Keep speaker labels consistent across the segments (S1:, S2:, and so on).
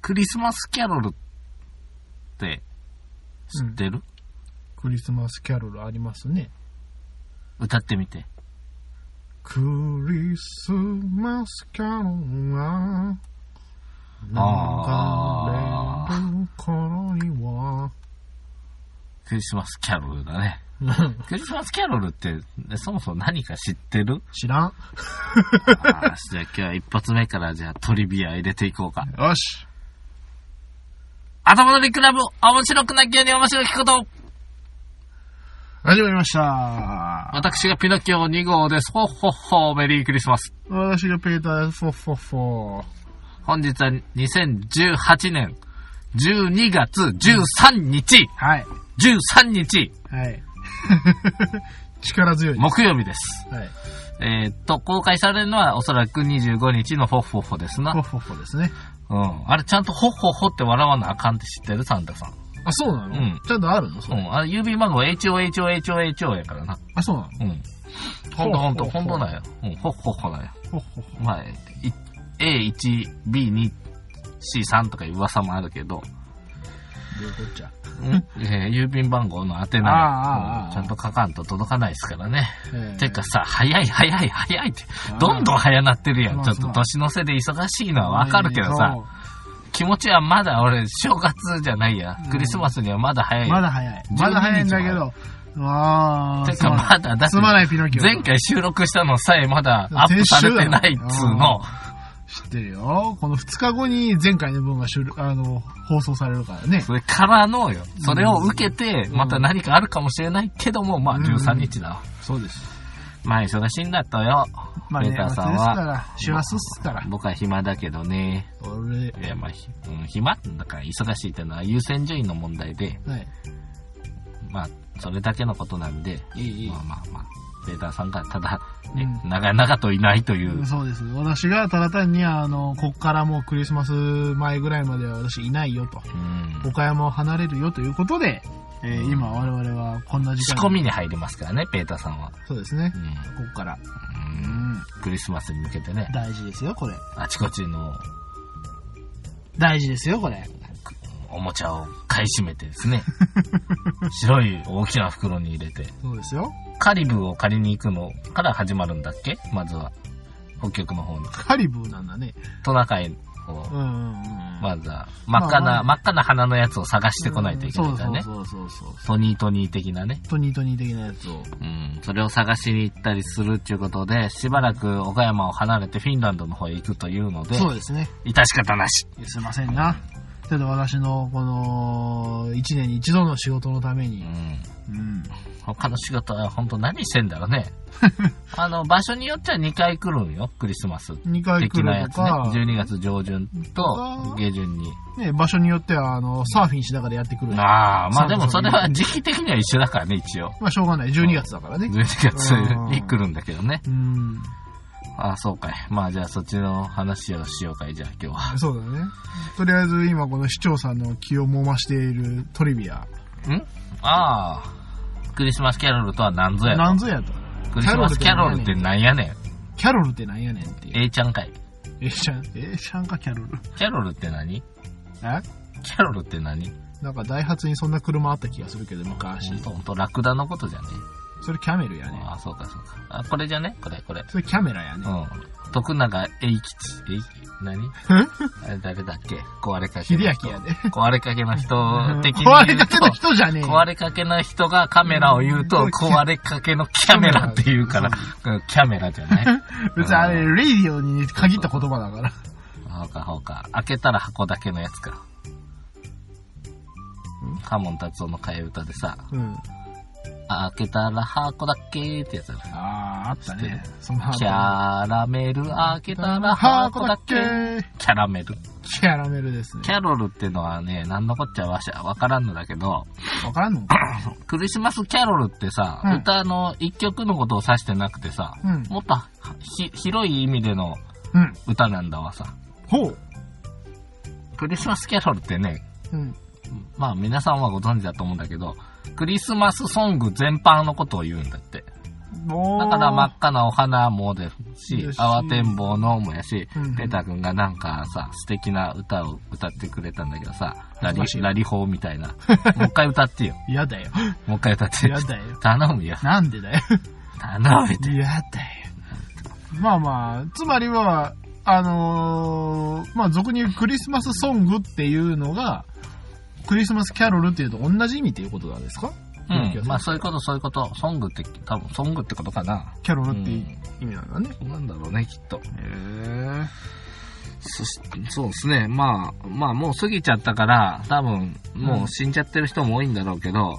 S1: クリスマスキャロルって、知ってる、
S2: クリスマスキャロルありますね。
S1: 歌ってみて。
S2: クリスマスキャロルは、
S1: あ
S2: 流れる頃には、
S1: クリスマスキャロルだね。
S2: うん
S1: クリスマスキャロルって、ねそもそも何か知ってる
S2: 知らん。
S1: あーじゃあ今日は一発目からじゃあトリビア入れていこうか。
S2: よし。
S1: 頭のリクラブ、面白くなきように面白きこと
S2: 始まりました。
S1: 私がピノキオ2号です。ほっほっほ、メリークリスマス。
S2: 私がペーターです。フォッフォッフォー。
S1: 本日は2018年12月13日、
S2: はい。
S1: 13日、
S2: はい。力強いで
S1: 木曜日です。
S2: す。はい。
S1: えーっと、公開されるのはおそらく25日のほっほっほです
S2: フォッ
S1: な。
S2: フォッフォーですね。
S1: うん。あれちゃんとほっほっほって笑わなあかんって知ってるサンタさん。
S2: あ、そう
S1: う
S2: なの、
S1: ん
S2: ちゃんとあるのそうれ、
S1: ん。あれ郵便番号 HOHOHOHO やからな。
S2: あ、そうなの
S1: うん。ほんとほんと、
S2: ほっほ
S1: ほ
S2: っほ
S1: んとなんや。うん、ほっほっほなんや。
S2: ほっほっほ。
S1: まあ、い A1、B2、C3 とかいう噂もあるけど、
S2: どういうこっちゃ。
S1: うんえー郵便番号の宛名
S2: あ
S1: がう
S2: ーあーあー
S1: んちゃんと書かんと届かないですからね。
S2: えー
S1: てか、さ、早い早い早いって
S2: あー、
S1: どんどん早なってるや
S2: そ
S1: ん。
S2: う
S1: ちょ
S2: そう
S1: っと年の瀬で忙しいのはわかるけどさ、気持ちはまだ俺、正月じゃないや
S2: うん。
S1: クリスマスにはまだ早
S2: そう
S1: い。
S2: まだ早い。まだ早いんだけど。あー。
S1: てか、まだだって
S2: すまない、ピノキオ。
S1: 前回収録したのさえまだアップされてないっつうの。
S2: 知ってるよ。この2日後に前回の分が終了あの、放送されるからね。
S1: それからのよ。それを受けて、また何かあるかもしれないけども、まあ
S2: うん
S1: 13日だわ。
S2: そうです。
S1: まあ忙しいんだったよ。
S2: まあね、
S1: ペーターさん
S2: 私ですか
S1: は。
S2: ら、師走っすから。
S1: 僕は暇だけどね。
S2: 俺、
S1: いや、まあ、ひうん、暇だから忙しいってのは優先順位の問題で、
S2: はい。
S1: まあ、それだけのことなんで、
S2: いい、い
S1: まあまあまあ、ペーターさんがただ、ね
S2: う
S1: 長々といないという、
S2: そうです。私がただ単に、あの、こっからもうクリスマス前ぐらいまでは私いないよと。
S1: うん、
S2: 岡山を離れるよということで、えー今我々はこんな時
S1: 仕
S2: 間
S1: 込みに入りますからね、ペーターさんは。
S2: そうですね
S1: う。ん
S2: こっから。
S1: う
S2: うんん。
S1: クリスマスに向けてね、
S2: 大事ですよ、これ。
S1: あちこちの
S2: 大事ですよ、これ。
S1: おもちゃを買い占めてです ね、白い大きな袋に入れて、
S2: そうですよ。
S1: カリブーを借りに行くのから始まるんだっけまずは。北極の方に。
S2: カリブーなんだね。
S1: トナカイを
S2: うん、うんうん。
S1: まずは、真っ赤な、
S2: まあま
S1: 真っ赤な花のやつを探してこないといけないからね。
S2: そうそうそうそうそ
S1: トニートニー的なね。
S2: う。トニートニー的なやつを。
S1: うん。それを探しに行ったりするっていうことで、しばらく岡山を離れてフィンランドの方へ行くというので、
S2: そうですね。
S1: 致し方なし。
S2: すいませんな。ちょっと私のこの、一年に一度の仕事のため
S1: う
S2: に。
S1: ん。
S2: うん。
S1: 他の仕事は本当何してんだろう ね。あの、場所によっては2回来るんよ、クリスマス。
S2: 二回来
S1: 的なや
S2: る
S1: つ
S2: と
S1: ね。
S2: か、
S1: 12月上旬と下旬に。
S2: ね、場所によっては、あの、サーフィンしながらやってくる。ま
S1: ああ、ま
S2: そうそう
S1: あでもそれは時期的には一緒だからね、一応。
S2: あ、しょうがない。12月だからね。
S1: 12月に来るんだけどね。
S2: うん。
S1: ああ、そうかい。まあじゃあそっちの話をしようかい、じゃあ今日は。
S2: そうだね。とりあえず今この市長さんの気をもましているトリビア。
S1: んああ、クリスマスキャロルとは何ぞや。
S2: なんぞやと。
S1: クリスマスキャロルってなんやねん。
S2: キャロルってなんやねんっていう。
S1: えいちゃんかい。
S2: え、シャン、え、シャンかキャロル。
S1: キャロルって何
S2: え
S1: キャロルって何
S2: なんかダイハツにそんな車あった気がするけど、昔
S1: ほん。とほんとラクダのことじゃね
S2: それキャメルやね。
S1: ああ、そうかそうか。あ、これじゃねこれこれ。
S2: それキャメラや
S1: う
S2: ね。
S1: ん。徳永英吉。えい、何あれ誰だっけ壊れかけ
S2: 秀
S1: の人。
S2: 明やね。
S1: 壊れかけの人的に
S2: 壊れ
S1: 言
S2: か
S1: うと
S2: けの人じゃねえよ。
S1: 壊れかけの人がカメラを言うと
S2: うん、
S1: 壊れかけのキャメラって言うから、キャメラじゃ ない
S2: 別にあれ、レイディオに限った言葉だから。
S1: ほうかほうか。開けたら箱だけのやつか。カモン達夫の替え歌でさ、
S2: うん。
S1: あ開けたら箱だけってやつだな
S2: あー、あったね。その
S1: キャラメル開けたら箱
S2: 箱だ
S1: だ
S2: っけ
S1: け。キャラメル。
S2: キャラメルですね
S1: キ。ャロルってのはね、なんのこっちゃわしゃわからんのだけど、
S2: わからんのか
S1: クリスマスキャロルってさ、
S2: うん
S1: 歌の一曲のことを指してなくてさ、
S2: うん
S1: もっとひ広い意味での
S2: うん。
S1: 歌なんだわさ。
S2: ほう。
S1: クリスマスキャロルってね、
S2: うん。
S1: まあ皆さんはご存知だと思うんだけど、クリスマスソング全般のことを言うんだって。
S2: もう。
S1: だから真っ赤なお花もですし
S2: よ、し
S1: 慌てんぼうのもやし
S2: うん、
S1: ペーター君がなんかさ、素敵な歌を歌ってくれたんだけどさ、ラ
S2: 恥ず
S1: リ
S2: かしい、な
S1: ラリ法みたいな。もう一回歌ってよ。
S2: 嫌だよ。
S1: もう一回歌って
S2: 嫌
S1: よ。
S2: だよ。
S1: 頼むよ。
S2: なんでだよ。
S1: 頼むよ。
S2: 嫌だよ。まあまあ、つまりは、あのーまあ俗に言うクリスマスソングっていうのが、クリスマスキャロルっていうと同じ意味っていうことなんですか
S1: うん。まあそういうこと、そういうこと。ソングって、多分ソングってことかな。
S2: キャロルっていう意味なんだね。
S1: そうなんだろうね、きっと。
S2: へえ。
S1: そしそうですね。まあ、まあもう過ぎちゃったから、多分もう死んじゃってる人も多いんだろうけど、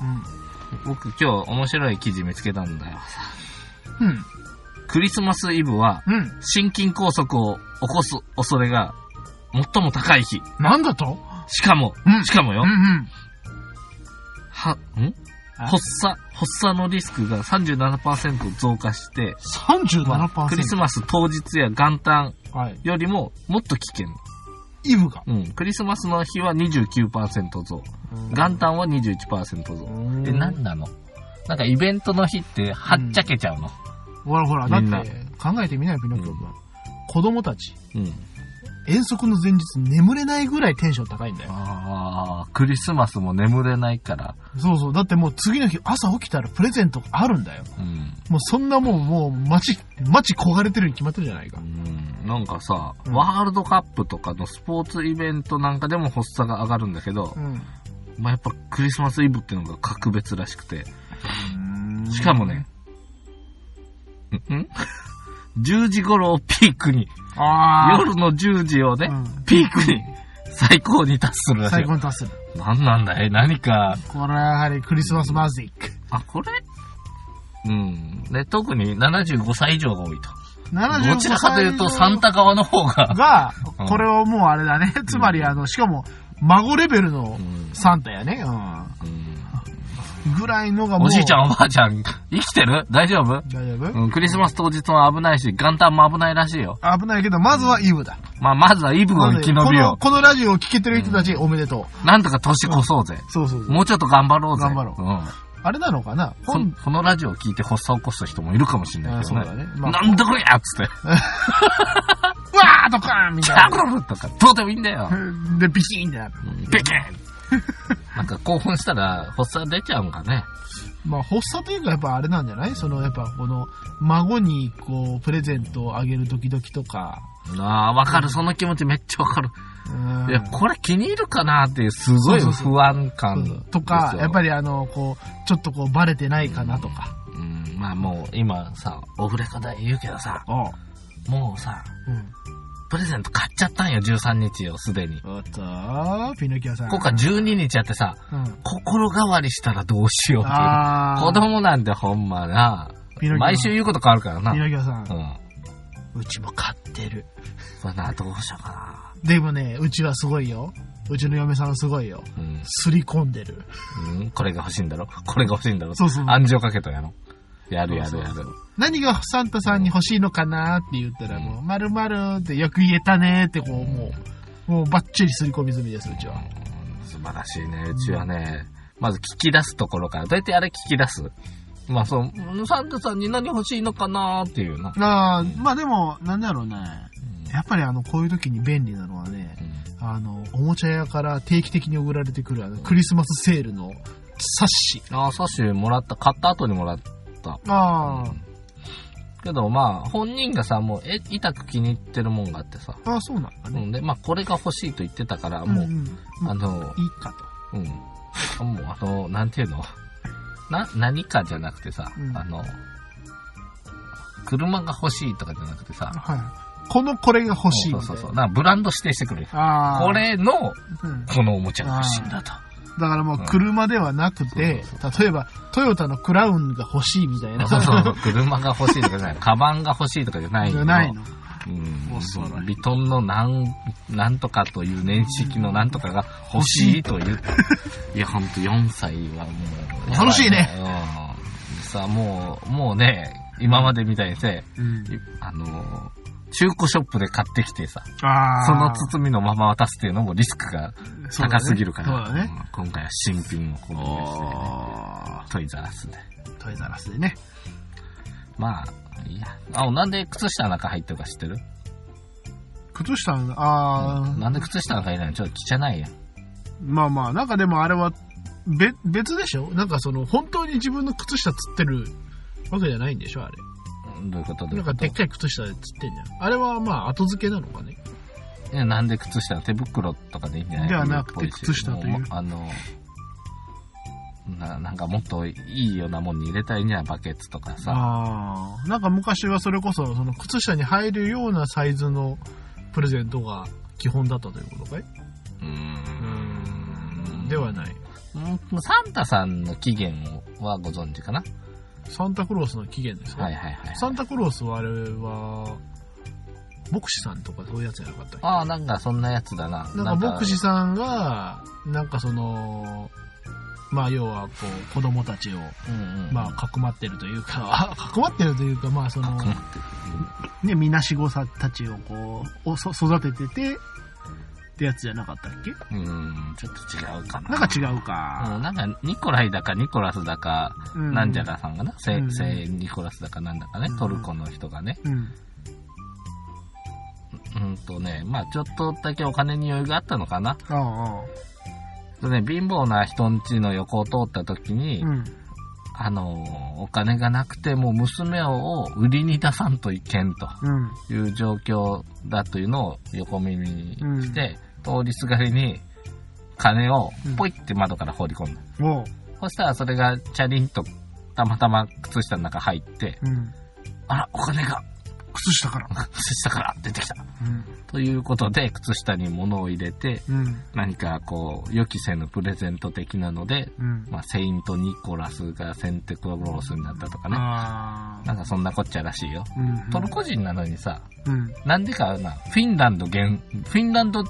S1: 僕今日面白い記事見つけたんだよ。
S2: うん。
S1: クリスマスイブは、
S2: うん。うん。
S1: 心筋梗塞を起こす恐れが最も高い日。
S2: なんだと
S1: しかも、
S2: うん
S1: しかもよ、
S2: うん。
S1: は、ん
S2: あ
S1: 発作、発作のリスクが37%増加して、
S2: 37%。
S1: まあクリスマス当日や元旦
S2: はい。
S1: よりももっと危険。
S2: イブが。
S1: うん。クリスマスの日は29%増。元旦は21%増。
S2: うん
S1: え、なんなのなんかイベントの日ってはっちゃけちゃうの。
S2: ほらほら、だ
S1: みん
S2: っ
S1: な
S2: て、考えてみなよ、ピノキオ君。子供たち、
S1: うん。
S2: 遠足の前日眠れないぐらいテンション高いんだよ。
S1: ああ、クリスマスも眠れないから。
S2: そうそう。だってもう次の日朝起きたらプレゼントがあるんだよ。
S1: うん。
S2: もうそんなもんもう街、街焦がれてるに決まってるじゃないか
S1: う。んなんかさ、
S2: うん
S1: ワールドカップとかのスポーツイベントなんかでも発作が上がるんだけど
S2: う、ん。
S1: まあ、やっぱクリスマスイブっていうのが格別らしくて、しかもね、ん ん10時頃をピークに、
S2: あ
S1: 夜の10時をね、
S2: うん
S1: ピークに最高に達する
S2: あ、
S1: らしい
S2: 最
S1: よ。
S2: 高に達する。
S1: なんなんだい何か、
S2: これはやはりクリスマスマジック。
S1: あ、これうん。で、特に75歳以上が多いと。
S2: 75
S1: どちらかというと、
S2: 歳
S1: サンタ側の方 が、
S2: が
S1: うん、
S2: これをもうあれだね。つまりあの、しかも、孫レベルの
S1: うん
S2: サンタやね。う
S1: うん
S2: ん。ぐらいのがもう。
S1: おじいちゃんおばあちゃん、生きてる大丈夫
S2: 大丈夫
S1: うん、クリスマス当日も危ないし、元旦も危ないらしいよ。
S2: 危ないけど、まずはイブだ。
S1: まあ、まずはイブを生き延びよ
S2: このこのラジオを聴けてる人たちおめでと
S1: う。なんとか年越そうぜ。
S2: う。そうそうそう。
S1: もうちょっと頑張ろうぜ。
S2: 頑張ろう
S1: う。
S2: あれなのかなん
S1: ここのラジオを聞いて発作起こす人もいるかもしれないけど
S2: あそうだ
S1: ね
S2: ね。まあ
S1: なんだこりゃっつ って。
S2: うわードカーンみ
S1: キ
S2: たい
S1: ャ
S2: な。
S1: ーとか、どうでもいいんだ よ。
S2: で、ビキーンってなる。
S1: ペケンなんか興奮したら発作出ちゃうんかね。
S2: まあ、発作というか、やっぱあれなんじゃないその、やっぱこの、孫に、こう、プレゼントをあげるドキドキとか。
S1: ああ、わかる。その気持ちめっちゃわかる。
S2: うーん
S1: いや、これ気に入るかなっていう、すごい
S2: そうそうそう
S1: 不安感
S2: そうそうとか、やっぱ
S1: り。
S2: りあの、こう、ちょっとこう、バレてないかなとか。
S1: うん、まあもう今さ、オフレコで言うけどさ、
S2: ああ。
S1: もうさ、
S2: うん。
S1: プレゼント買っちゃったんよ、13日をすでに。
S2: おっとー、ピノキオさん。
S1: 今回12日やってさ、
S2: うん。
S1: 心変わりしたらどうしようっていう。
S2: あー
S1: 子供なんてほんまな、
S2: ピノキオ
S1: 毎週言うこと変わるからな。
S2: ピノキオさ、
S1: うんん。
S2: うちも買ってる。
S1: それな、どうしようか
S2: でもね、うちはすごいよ。うちの嫁さんはすごいよ。
S1: な。うん。
S2: すり込んでる。
S1: うん、これが欲しいんだろこれが欲しいんだろ
S2: そうそう
S1: 暗示をかけたやろやるやるや
S2: そうそ
S1: る
S2: う。何がサンタさんに欲しいのかなって言ったら、もう、まるまるってよく言えたねって、こう、もう、もうばっちり刷り込み済みです、うちは。
S1: うん素晴らしいね。うちはね、まず聞き出すところから。どうやってあれ聞き出すまあそう、うんサンタさんに何欲しいのかなっていうな。
S2: ああ、まあでも、なんだろうね。やっぱりあの、こういう時に便利なのはね、あの、おもちゃ屋から定期的に送られてくるあの、クリスマスセールの冊子。
S1: ああ、サッシュもらった、買った後にもらった。
S2: あ
S1: けどまあ、本人がさ、もう、え、痛く気に入ってるもんがあってさ。
S2: あ、ああ、そうなんだ
S1: う
S2: ね。
S1: んで、まあこれが欲しいと言ってたから、
S2: ん
S1: もう、
S2: ん
S1: あの、
S2: いいか
S1: うん。もう、あの、なんていうのな、何かじゃなくてさ、
S2: うん
S1: あの、車が欲しいとかじゃなくてさ
S2: と。、はい。このこれが欲しいみ
S1: そそ
S2: たいうな。
S1: うそう。なんかブランド指定してくれる。
S2: ああ。
S1: こ、れの、
S2: うん、
S1: このおもちゃが欲しいんだと。
S2: だからもう車ではなくて、
S1: うん
S2: 例えばトヨタのクラウンが欲しいみたいな。
S1: そうそうそう。車が欲しいとかじゃない。カバンが欲しいとかじゃない
S2: じ
S1: の
S2: ゃないの。
S1: うん
S2: もうそうだね
S1: ビトンのなん、なんとかという年式のなんとかが欲しいという。いや、ほんと4歳はもう。
S2: 楽しいね
S1: やばいね。うん。さあ、もう、もうね、今までみたいにさ、いあのー、中古ショップで買ってきてさ、
S2: ああ。
S1: その包みのまま渡すっていうのもリスクが
S2: そうだ
S1: 高
S2: ね
S1: すぎるから、
S2: そうだね。
S1: うん今回は新品を購入して、
S2: お
S1: トイザらスで。
S2: ートイザらスでね。
S1: まあ、いいや。あ、なんで靴下の中入ってるか知ってる
S2: 靴下の、あー、
S1: なんで靴下の中入れないのちょっと汚いやん。
S2: まあまあ、なんかでもあれは、べ、別でしょなんかその、本当に自分の靴下つってるわけじゃないんでしょあれ。
S1: どういうことどういう
S2: な
S1: んこ
S2: か
S1: と
S2: でっかい靴下でつってんじゃん。あれはまあ、後付けなのかね。
S1: いやなんで靴下手袋とかでいいんじゃない
S2: ではなくて
S1: 冬っぽし
S2: 靴下という
S1: もあの、ななんかもっといいようなもんに入れたいんじゃないバケツとかさ。
S2: ああ。なんか昔はそれこそ、その靴下に入るようなサイズのプレゼントが基本だったということかいう
S1: ーん。
S2: ではない。
S1: うんサンタさんの起源はご存知かな
S2: サンタクロースの起源ですか、
S1: はいはいはい。
S2: サンタクロースはあれは、牧師さんとかそういうやつじゃなかったっ
S1: ああ、なんかそんなやつだな。
S2: けなんか牧師さんが、なんかその、まあ要はこう、子供たちを、
S1: うんうん。
S2: まあかくまってるというか、かくまってるというか、まあその、
S1: かくま
S2: ね、みなしごさたちをこう、おそ育ててて、ってやつじゃなかったっけ
S1: うん、ちょっと違うかな。
S2: なんか違うか。
S1: うん、なんか、ニコライだかニコラスだか、
S2: うん
S1: なんじゃらさんがな、聖
S2: うん
S1: 聖ニコラスだかなんだかね
S2: うん、
S1: トルコの人がね、
S2: うん。
S1: うんとね、まあちょっとだけお金に余裕があったのかな。
S2: ああ、あ
S1: でね、貧乏な人ん家の横を通った時
S2: あ
S1: に、
S2: うん。
S1: あの、お金がなくても娘を売りに出さんといけんと
S2: うん。
S1: いう状況だというのを横耳にして、通りすがりに金をポイって窓から放り込んだ。
S2: おう。
S1: そしたらそれがチャリンとたまたま靴下の中入って、
S2: うん。
S1: あら、お金が
S2: 靴下から。
S1: 靴下から出てきた。
S2: うん。
S1: ということで、靴下に物を入れて、
S2: うん。
S1: 何かこう、予期せぬプレゼント的なので、
S2: うん。
S1: まあ、セイント・ニコラスがセンテクロースになったとかね。
S2: あ
S1: なんかそんなこっちゃらしいよ。
S2: あ。うん。
S1: トルコ人なのにさ、
S2: うん。
S1: なんでかな、フィンランド原、フィンランドっ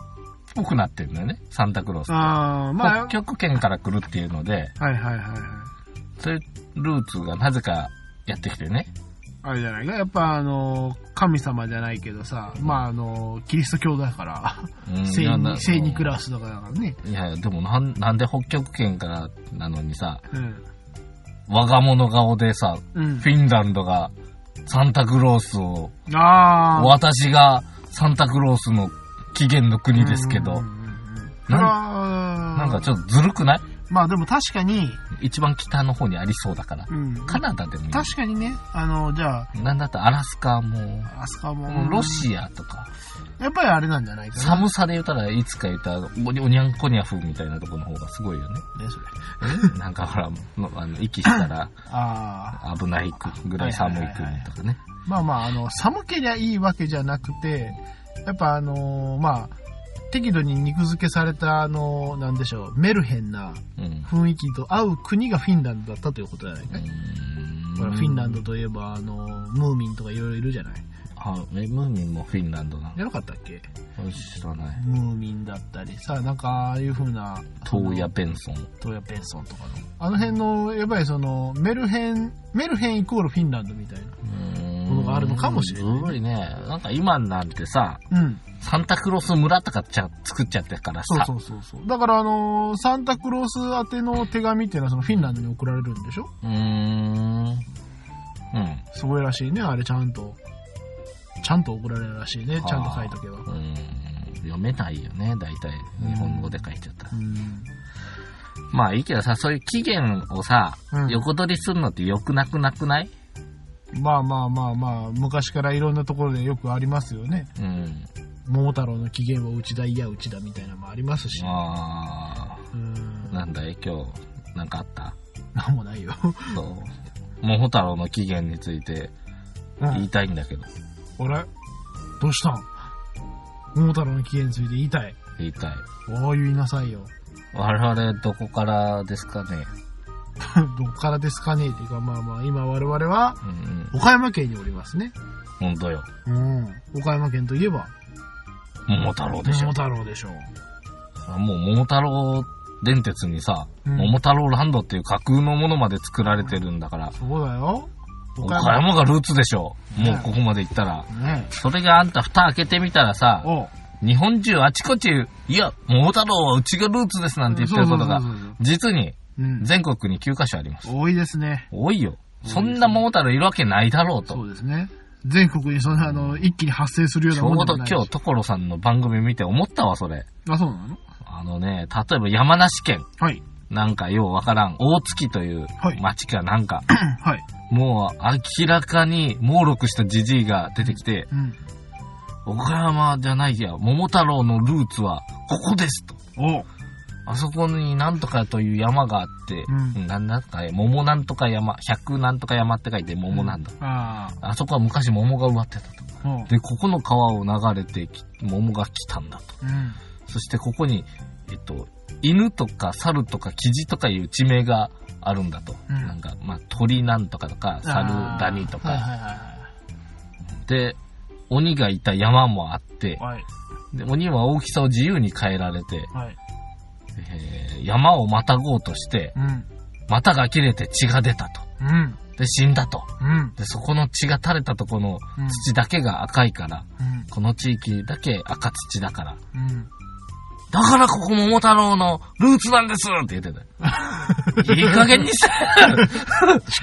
S1: ぽくなってるんだよね、サンタクロースって。
S2: ああ、ま
S1: 北、
S2: あ
S1: 極圏から来るっていうので、
S2: はいはいはいはい。
S1: そういうルーツがなぜかやってきてね。
S2: あれじゃないか。やっぱあの、神様じゃないけどさ、まああの、キリスト教だから、
S1: うん
S2: 聖
S1: いや
S2: に
S1: な
S2: 聖にクラスだからね。
S1: いや、でもなん、なんで北極圏からなのにさ、
S2: うん。
S1: 我が物顔でさ、
S2: うん
S1: フ。ィンランドがサンタクロースを、
S2: ああ。
S1: 私がサンタクロースの起源の国ですけ
S2: う
S1: ど
S2: んう、んうんうん。
S1: なん
S2: ああ
S1: なんかちょっとずるくない
S2: まあでも確かに、
S1: 一番北の方にありそうだから。
S2: うん。
S1: カナダでもいい。
S2: 確かにね、あの、じゃあ、
S1: なんだったらアラスカも、
S2: アスカも、
S1: ロシアとか、
S2: やっぱりあれなんじゃないかな。
S1: 寒さで言ったらいつか言ったおにおにゃんこにゃふみたいなとこの方がすごいよね。
S2: ね、それ。
S1: なんかほら、のあの息したら
S2: ああ。
S1: 危ないくぐらい寒い国とかね。
S2: まあまあ、あの、寒けりゃいいわけじゃなくて、やっぱあのーまあ、適度に肉付けされた、あのーなんでしょう、メルヘンな
S1: うん。
S2: 雰囲気と合う国がフィンランドだったということじゃないかい。ほら、フィンラン
S1: ド。
S2: ドといえば、あのームーミンとかいろいろいるじゃない。
S1: あ、えムーミンもフィンランドな
S2: じゃなかったっけ
S1: の知らない。
S2: ムーミンだったりさ、なんかああいう風な、
S1: 東野ペンソン。
S2: トーヤ・ペンソンとかの。あの辺の、やっぱりその、メルヘン、メルヘンイコールフィンランドみたいものがあるのかもしれない
S1: すごいね。なんか今なんてさ、
S2: な。うん。
S1: サンタクロース村とかちゃ作っちゃってるから
S2: そう
S1: さ。
S2: そうそうそう。だからあのーサンタクロース宛ての手紙っていうのはそのフィンランドに送られるんでしょ
S1: うーん。うん。
S2: すごいらしいね、あれちゃんと。ちゃんと送られるらしい
S1: あ
S2: ね、
S1: ー
S2: ちゃんと書いとけば。
S1: うーん。読めないよね、大体。日本語で書いちゃったら
S2: う。ん。
S1: まあいいけどさ、そういう期限をさ、
S2: うん
S1: 横取りするのって良くなくなくない
S2: まあまあまあまあ、昔からいろんなところでよくありますよね。
S1: うん。
S2: 桃太郎の起源は内田、いや内田みたいなのもありますし。
S1: あ
S2: うん
S1: ー。。なんだい今日、なんかあった
S2: なんもないよ。
S1: そう。桃太郎の起源について
S2: うん
S1: 言いたいんだけど、
S2: あれどうしたん桃太郎の起源について言いたい。
S1: 言いたい。
S2: おお言いなさいよ。
S1: 我々どこからですかね
S2: どっからですかねっていうか、まあまあ、今我々は
S1: うんうん。
S2: 岡山県におりますね。
S1: ほんとよ。
S2: うん。岡山県といえば、
S1: 桃太郎でしょ
S2: 桃。太郎でしょう。
S1: あもう桃太郎電鉄にさ、
S2: うん
S1: 桃太郎ランドっていう架空のものまで作られてるんだから、
S2: そうだよ。
S1: 岡山がルーツでしょ。もうここまで行ったら。
S2: ね
S1: それがあんた蓋開けてみたらさ、
S2: おう
S1: 日本中あちこち、いや、桃太郎はうちがルーツですなんて言ってることが
S2: そうそうそうそう、
S1: 実に
S2: うん。
S1: 全国に9カ所あります。
S2: 多いですね。
S1: 多いよ。そんな桃太郎いるわけないだろうと。
S2: そうですね。全国にそんな、あの、一気に発生するよう
S1: ち
S2: な
S1: ょ
S2: もの
S1: う
S2: で
S1: ど
S2: もないし
S1: 今日、所さんの番組見て思ったわ、それ。
S2: あ、そうなの
S1: あのね、例えば山梨県、
S2: はい。
S1: なんかようわからん、大月という
S2: はい
S1: 町かなんか、
S2: はい。
S1: もう明らかに猛録したジジイが出てきて、
S2: うん。
S1: 岡山じゃないや、桃太郎のルーツはここですと。
S2: おう
S1: あそこになんとかという山があって、
S2: うん
S1: なんだか、桃なんとか山、百なんとか山って書いて桃なんだ。
S2: あ
S1: あそこは昔桃が植わってたと。
S2: あ。おう。
S1: で、ここの川を流れてき桃が来たんだと。
S2: うん。
S1: そしてここに、えっと、犬とか猿とかキジとかいう地名があるんだと。
S2: うん
S1: なんか、まあ、鳥なんとかとか、猿
S2: あー
S1: ダニとか、
S2: はいはいは
S1: で、鬼がいた山もあって、
S2: いはい。はい。
S1: で鬼は大きさを自由に変えられて、
S2: はい。
S1: えー山をまたごうとして、
S2: うん。
S1: 股が切れて血が出たと。
S2: うん。
S1: で、死んだと。
S2: うん。
S1: で、そこの血が垂れたとこの
S2: うん
S1: 土だけが赤いから、
S2: うん。
S1: この地域だけ赤土だから。
S2: うん。
S1: だからここ桃太郎のルーツなんですって言ってた。いい加減にして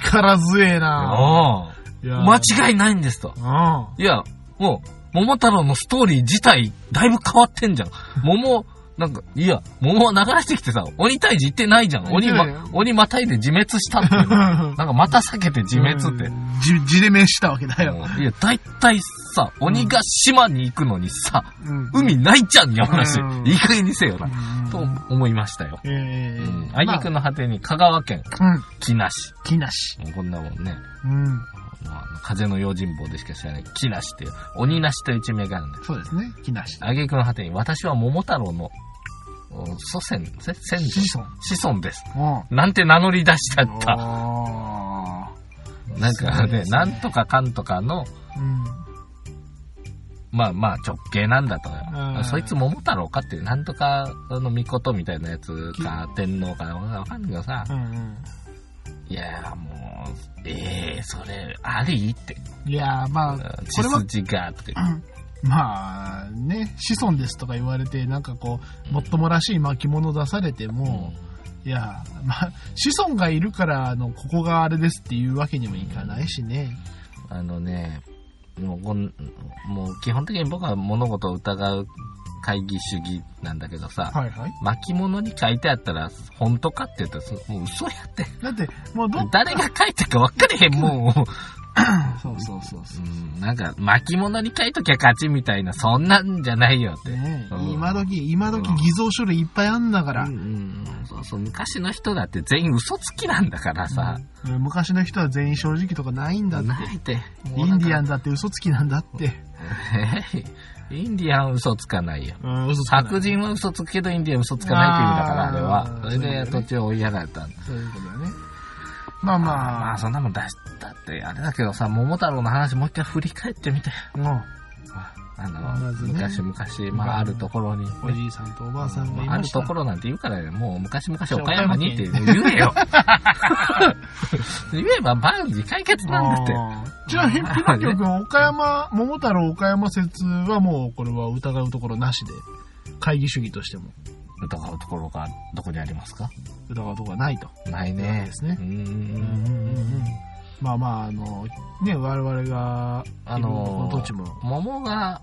S2: 力強えな
S1: おう
S2: いやー
S1: 間違いないんですと。
S2: うん。
S1: いや、もう、桃太郎のストーリー自体、だいぶ変わってんじゃん。桃、なんか、いや、桃流れてきてさ、鬼退治行ってないじゃん。鬼
S2: 行ってない
S1: ま
S2: よ、
S1: 鬼またいで自滅したっていう のなんかまた避けて自滅って。
S2: う
S1: うん
S2: ん。じ、じれめしたわけだよ。
S1: いや、だいたいさ、鬼が島に行くのにさ、
S2: うん
S1: 海ないじゃん、山梨
S2: うん。
S1: いい加減にせよな。
S2: うん
S1: と思いましたよ。
S2: ええ
S1: うん。あ
S2: あ
S1: いにくの果てに香川県、
S2: うん。
S1: 木梨。
S2: 木梨。
S1: もうこんなもんね。
S2: うん。
S1: もうあの風の用心棒でしか知らない。木梨っていう、鬼梨という地名があるんだよ
S2: そうですね。木梨。
S1: 挙句の果てに、私は桃太郎の、うん祖先、せ先祖
S2: 子孫。
S1: 子孫です。
S2: うん。
S1: なんて名乗り出しちゃった。
S2: あ
S1: なんか
S2: すごい
S1: ね
S2: で、すね
S1: なんとかかんとかの、
S2: ーうん。
S1: まあまあ直径なんだと
S2: うん。
S1: そいつ桃太郎かって、なんとかの御事みたいなやつか、天皇かわかんないけどさ
S2: う、ん
S1: いやーもう、ええそれ、ありって。
S2: うん。いやー、まあ、
S1: 血
S2: これは、
S1: 筋が、とか言って
S2: まあ、ね、子孫ですとか言われて、なんかこう、もっともらしい巻物出されても、いやー、まあ、子孫がいるから、あの、ここがあれですっていうわけにもいかないしね。
S1: あのね、もうこんもう基本的に僕は物事を疑う会議主義なんだけどさ、
S2: はいはい。
S1: 巻物に書いてあったら、本当かって言ったらそ、もう嘘やって。
S2: だって、もうどっ
S1: 誰が書いたか分かれへん、 もう。
S2: そうそうそうそうう。
S1: ん、なんか、巻物に書いときゃ勝ちみたいな、そんなんじゃないよって。
S2: ねえ
S1: うん
S2: 今時、今時偽造書類いっぱいあんだか
S1: う
S2: ら
S1: ん、う。ん、そうそう、昔の人だって全員嘘つきなんだからさ、
S2: うん昔の人は全員正直とかないんだって。
S1: ないって。
S2: インディア
S1: ン。
S2: ンだって嘘つきなんだって。
S1: えインディアン嘘つかないよ。
S2: うん、嘘つかない
S1: 白人は嘘つくけどインディアンは嘘つかないって意味だから、あれ
S2: あ
S1: は。
S2: ー
S1: それで
S2: そうだよね
S1: 途中追いやられたんだ。
S2: そういうことだね。まあ
S1: ま
S2: ま
S1: あ、
S2: あ、
S1: そんなもん出したって、あれだけどさ、桃太郎の話もう一回振り返ってみて。
S2: も
S1: あの、
S2: まずね
S1: 昔々、まあ、あるところに。
S2: う、おじいさんとおばあさんがい
S1: まああ
S2: ま
S1: る
S2: した。
S1: ところなんて言うからね、もう昔々
S2: じゃあ
S1: 岡山にって言えよ。言えば万事解決なんだって。
S2: あーちなみに、ピノキオ君、岡山、桃太郎岡山説はもう、これは疑うところなしで、会議主義としても
S1: 疑うところがどこにありますか
S2: 疑うところはないと。
S1: ない
S2: ない
S1: ね。
S2: ですね
S1: うー。
S2: うんまあまあ、あの、ね、我々が、
S1: あ
S2: いろんなとこ
S1: の
S2: ろ土地も。
S1: 桃が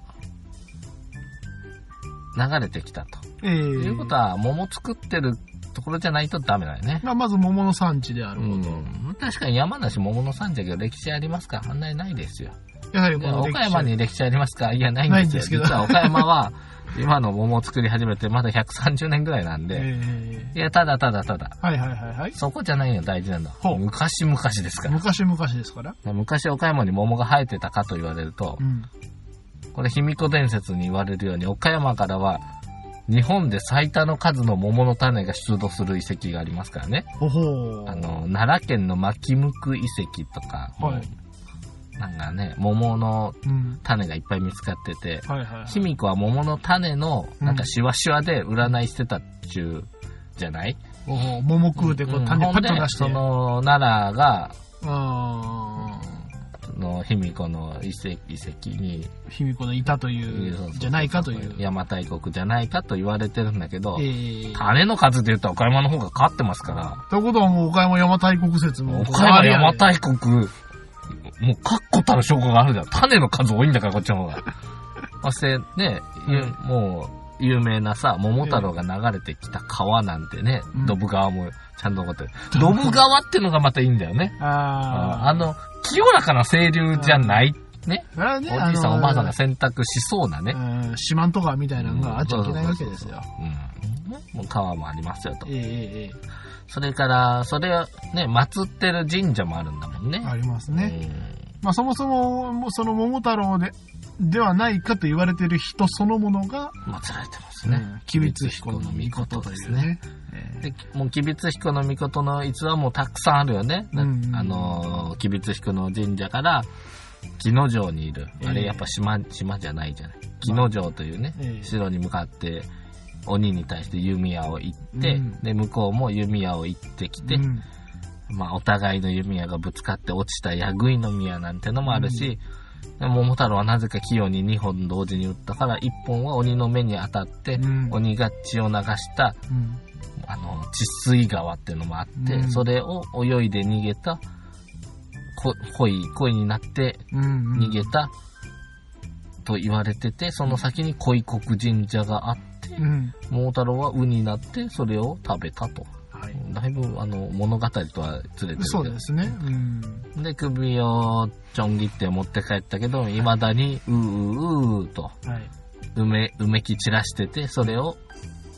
S1: 流れてきたと。と
S2: ええ
S1: いうことは、桃作ってるところじゃないとダメだよね。
S2: まあ、まず桃の産地である
S1: う
S2: こと。
S1: ん、確かに山梨桃の産地だけど歴史ありますかあんなにないですよ。
S2: やはり
S1: い
S2: こ
S1: や
S2: の歴史
S1: 岡山に歴史ありますかいや、ないんですよ。
S2: ないんですけど
S1: 実は岡山は、今の桃を作り始めてまだ130年ぐらいなんで、
S2: え
S1: いや、ただただただ、
S2: えはいはいはいはい。
S1: そこじゃないよ、大事なの
S2: ほ
S1: は。
S2: う
S1: 昔々ですから。
S2: 昔々ですから。
S1: 昔岡山に桃が生えてたかと言われると
S2: う、ん。
S1: これ卑弥呼伝説に言われるように、岡山からは、日本で最多の数の桃の種が出土する遺跡がありますからね。
S2: ほほう。
S1: あの、奈良県の牧向遺跡とか、
S2: はい
S1: なんかね、桃の
S2: うん。
S1: 種がいっぱい見つかってて、
S2: はいはい、はい。
S1: 卑弥呼は桃の種の、なんかシワシワで占いしてたっちゅう、じゃない
S2: おお桃食うてこう
S1: うん
S2: 種パ
S1: ほん
S2: ッ
S1: で
S2: と出して
S1: その、奈良が、
S2: あ
S1: の卑弥呼の遺跡遺跡に、
S2: 卑弥呼のいたという
S1: そうそうそう
S2: じゃないかという
S1: 邪馬台国じゃないかと言われてるんだけど、
S2: えー
S1: 種の数で言ったら岡山の方が勝ってますか
S2: ということはもう岡山邪馬台国説
S1: ら、
S2: も
S1: 岡山邪馬台国、もう確固たる証拠があるじゃん。種の数多いんだから、こっちの 方が。そしてね、ゆ
S2: うん
S1: もう、有名なさ、桃太郎が流れてきた川なんてね
S2: うん、
S1: ドブ川もちゃんと残ってる。ドブ川ってのがまたいいんだよね。
S2: あー
S1: あの、清らかな清流じゃない、ね。
S2: それはね
S1: おじいさんおばあさんが
S2: あ
S1: 選択しそうなね。
S2: のうん四万とかみたいなのがあっちゃいけないわけですよ。
S1: うん。もう川もありますよと
S2: え。ええええ
S1: それから、それをね、祀ってる神社もあるんだもんね
S2: え。ありますね。まあそもそも、もうその桃太郎で、ではないかと言われてる人そのものが、
S1: うん。祀られてますね。
S2: うん吉備津彦の御事というね。え
S1: で、もう、吉備津彦の御事の逸話もたくさんあるよね。な
S2: うん
S1: あのー、吉備津彦の神社から、木之城にいる。あ
S2: え
S1: れ、
S2: え
S1: やっぱ島、島じゃないじゃない。木之城というね、
S2: ええ
S1: 城に向かって、鬼に対して弓矢を行って、
S2: うん
S1: で、向こうも弓矢を行ってき
S2: え
S1: て、
S2: うん
S1: まあ、お互いの弓矢がぶつかって落ちた矢食いの矢なんてのもあるし、でも桃太郎はなぜか器用に2本同時に撃ったから、1本は鬼の目に当たって、
S2: うん
S1: 鬼が血を流した、
S2: うん
S1: あの、血水川っていうのもあって、
S2: うん
S1: それを泳いで逃げた、こ恋、恋になって
S2: うんうん
S1: 逃げた、と言われてて、その先に恋国神社があって、
S2: うん
S1: 桃太郎はウになって、それを食べたと。
S2: はい
S1: だいぶ、あの、物語とはずれてるけど。
S2: そうですね。うん
S1: で、首をちょん切って持って帰ったけど、未だに、うーうーうーと、
S2: はい。
S1: うめ、うめき散らしてて、それを、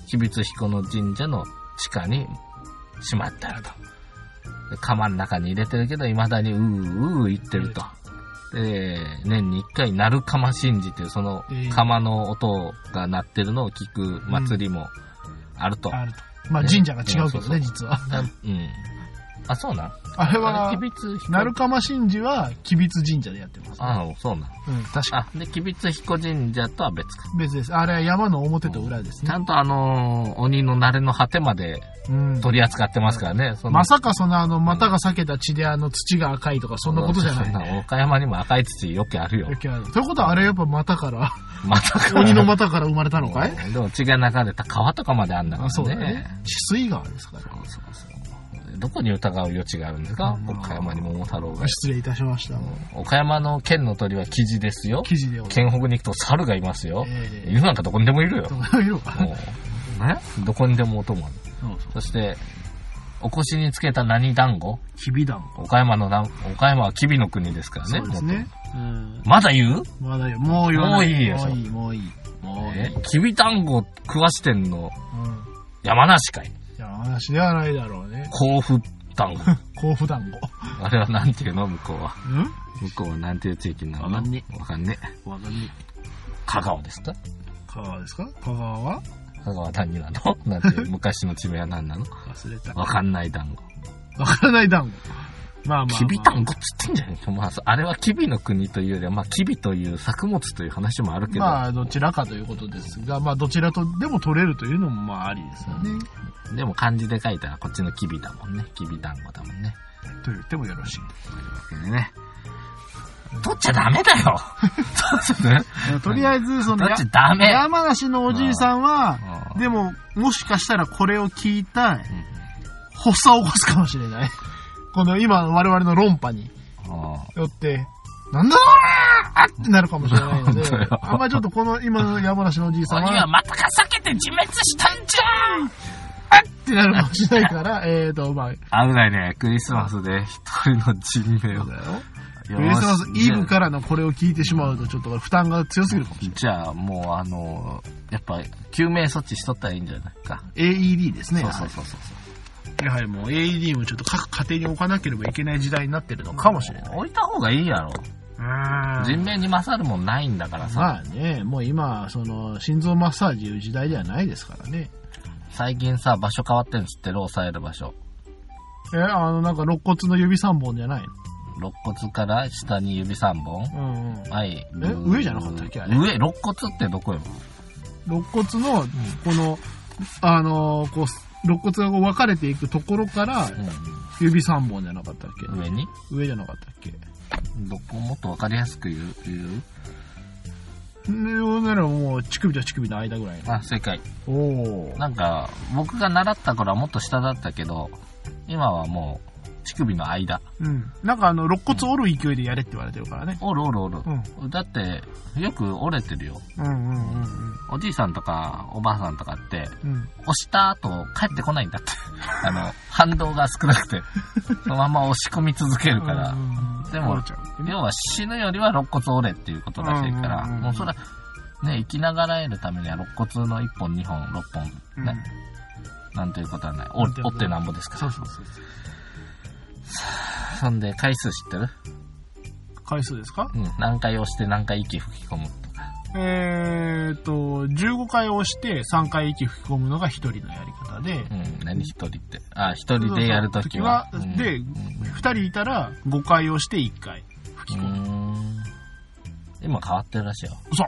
S1: 秘密彦の神社の地下にしまってあると。で釜の中に入れてるけど、未だにうーうーうー言ってると。で、年に一回、鳴る釜神事っていう、その
S2: えー、
S1: 釜の音が鳴ってるのを聞く祭りもあると。
S2: あると。まあ神社が違うけど
S1: ね
S2: ね、実は。
S1: なうん。あ、そうなん
S2: あれ
S1: あ
S2: は
S1: れ、秘、密彦。
S2: 鳴釜神事は、吉備津神社でやってます、
S1: あそうなん。
S2: うん、確か
S1: あ、で、吉備津彦神社とは別か。
S2: 別です。あれは山の表と裏です
S1: ち
S2: ね
S1: ゃ。んとあのー鬼の慣れの果てまで
S2: うん。
S1: 取り扱ってますからね。その
S2: まさかそのあの、股が裂けた血であの土が赤いとか、そんなことじゃない
S1: そん
S2: ね。
S1: な岡山にも赤い土よくあるよ
S2: よ。くあるということはあれやっぱ股から、
S1: まさか。
S2: 鬼の股から生まれたのかい
S1: でも血が流れた川とかまであんだか
S2: あそう
S1: ら
S2: だ
S1: ね
S2: ね。。治水川ですから。
S1: そうそうそうどこに疑う余地があるんですか
S2: うん
S1: 岡山に桃太郎が。
S2: 失礼いたしました。
S1: 岡山の県の鳥はキジですよ。
S2: 記事でお
S1: 県北に行くと猿がいますよ。
S2: ええ
S1: 犬なんかどこにでもいるよ。
S2: どういうのかな
S1: もうねどこにでも音もある。そして、お腰につけた何団子
S2: きびだん
S1: 岡山のな、岡山は吉備の国ですからね。
S2: そうですね。うん
S1: 元。々まだ言う
S2: まだよ。もう言わない。
S1: もういいよ
S2: もういい、もういい。もういい。
S1: えきび団子食わしてんの
S2: うん。
S1: 山梨かい
S2: いや、話ではないだろうね。
S1: 甲府団 子。
S2: 甲府団
S1: あれはなんていうの向こうは。
S2: 子。う
S1: 向こうはなんていう地域なの
S2: わかんね
S1: わかんね
S2: んわかんね
S1: 香川ですか
S2: 香川ですか香川は
S1: 香川何なの なんていう昔の地名は何なの
S2: 忘れた。
S1: わかんない団子。
S2: わからない団子。まあまあ、まあ。
S1: きび団子っつってんじゃねえか。まあ、あれはきびの国というよりは、まあ、きびという作物という話もあるけど、
S2: まあ、どちらかということですが、まあ、どちらとでも取れるというのも、まあ、ありですよね。
S1: でも漢字で書いたらこっちのきびだもんね。きび団子だもんね。
S2: と言ってもよろしい。
S1: ね。取っちゃダメだよそうですね。
S2: とりあえず、その、
S1: 取
S2: や
S1: っちゃダメ
S2: 山梨のおじいさんは、
S1: うん
S2: でも、もしかしたらこれを聞いた、発作を起こすかもしれない。この今の我々の論破によって、なんだろうなーってなるかもしれないので
S1: 本当よ、
S2: あんまりちょっとこの今の山梨のおじいさん
S1: 鬼は
S2: は、
S1: またか避けて自滅したんじ
S2: ってなるかもしれないから、 えーと、まあ、
S1: ゃん危ないね。クリスマスで一人の人命を。
S2: クリスマスイブ
S1: ら。
S2: からのこれを聞いてしまうと、ちょっと負担が強すぎるかもしれない。
S1: じゃあもうあの、やっぱ救命措置しとったらいいんじゃないか。
S2: AED ですね。
S1: そうそうそうそう。
S2: やはりもう AED もちょっと各家庭に置かなければいけない時代になってるのかもしれない。
S1: 置いた方がいいやろ。人
S2: ま
S1: 命に勝るもんないんだからさ。
S2: あね、もう今、その、心臓マッサージいう時代ではないですからね。
S1: 最近さ、場所変わってんの知ってる抑える場所。
S2: え、あの、なんか肋骨の指3本じゃない
S1: 肋骨から下に指3本。
S2: のうんうん。
S1: はい。
S2: え上じゃなかったっけあれ
S1: 上、肋骨ってどこよ。
S2: 肋骨の、この、あのーこう、肋骨がこう分かれていくところから、指3本じゃなかったっけ、
S1: 上に
S2: 上じゃなかったっけ
S1: どこをもっとわかりやすく言う言
S2: でほんならもう乳首と乳首の間ぐらいう
S1: あ、正解。
S2: おお
S1: なんか、僕が習った頃はもっと下だったけど、今はもう、乳首の間。
S2: うんなんかあの肋骨折る勢いでやれって言われてるからね
S1: おるおるおる
S2: う。ん
S1: だって、よく折れてるよ。
S2: うんうんうん
S1: おじいさんとか、おばあさんとかって、
S2: うんうん
S1: 押した後、帰ってこないんだって。 あの、反動が少なくて、そのまま押し込み続けるから。でも
S2: 折れちゃう
S1: 要は死ぬよりは肋骨折れっていうことらしいから、
S2: うんうんうんうん
S1: もうそれは、ね、生きながらえるためには肋骨の1本、2本、6本、
S2: うん
S1: ね、なんていうことはない。折折ってなんぼですか
S2: そ
S1: ら
S2: う。そうそうそう
S1: そんで、回数知ってる
S2: 回数ですか
S1: うん。何回押して何回息吹き込むとか。
S2: えーっと15回押して3回息吹き込むのが1人のやり方で
S1: うん。何一人って。あ、一人でやるときは。
S2: そうそう
S1: うん
S2: で
S1: うん
S2: 2人いたら5回押して1回吹き
S1: う
S2: 込む
S1: ん今変わってるらしいよ。
S2: 嘘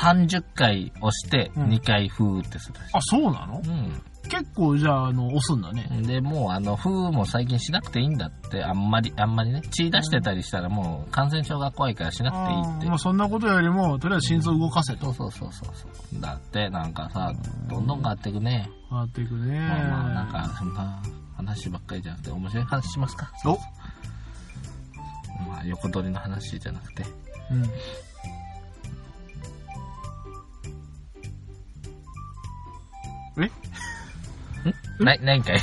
S1: 30回押して
S2: うん
S1: 2回ふーってするらしい。
S2: あそうなの
S1: う
S2: 結構じゃああの押すんだね
S1: ん。で、もうあの、ふーも最近しなくていいんだって、あんまり、あんまりね、血出してたりしたらもう感染症が怖いからしな
S2: あ
S1: くていい
S2: ー
S1: っ
S2: まあ
S1: て。
S2: そんなことよりもとりあえず心臓動かせ
S1: そ
S2: と
S1: うそうそうそうそう。だって、なんかさ、どんどん変わっていくね。
S2: 変わっていくね
S1: まあまあ、なんか、そんな話ばっかりじゃなくて、面白い話しますか
S2: お
S1: まあ、横取りの話じゃなくて。
S2: うんえ
S1: ない、ないん かい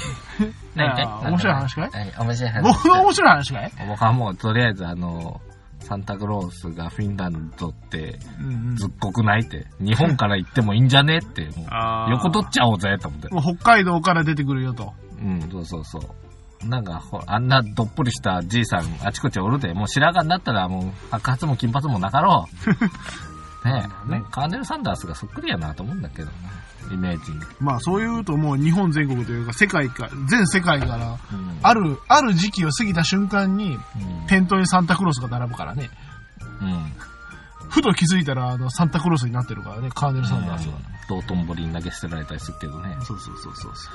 S1: ないんかい
S2: あー面白い話かい
S1: はい、面白い話。
S2: 僕の面白い話かい
S1: 僕はもう、とりあえず、あの、サンタクロースがフィンランドって、
S2: うんうん
S1: ずっこくないって、日本から行ってもいいんじゃねって、もう
S2: あー
S1: 横取っちゃおうぜ、と思って。
S2: もう北海道から出てくるよと
S1: うん、そうそうそう。なんか、ほあんなどっぷりしたじいさん、あちこちおるで、もう白髪になったら、もう白髪も金髪もなかろ う。ねえ、なんかカーネル・サンダースがそっくりやなと思うんだけどな、イメージに。
S2: まあそういうともう日本全国というか世界か全世界から
S1: うん
S2: あるある時期を過ぎた瞬間に
S1: うん
S2: 店頭にサンタクロースが並ぶからね
S1: うん。
S2: ふと気づいたらあのサンタクロースになってるからねカーネル・サンダースが、
S1: 道頓堀に投げ捨てられたりするけどね。
S2: そうそうそうそうそ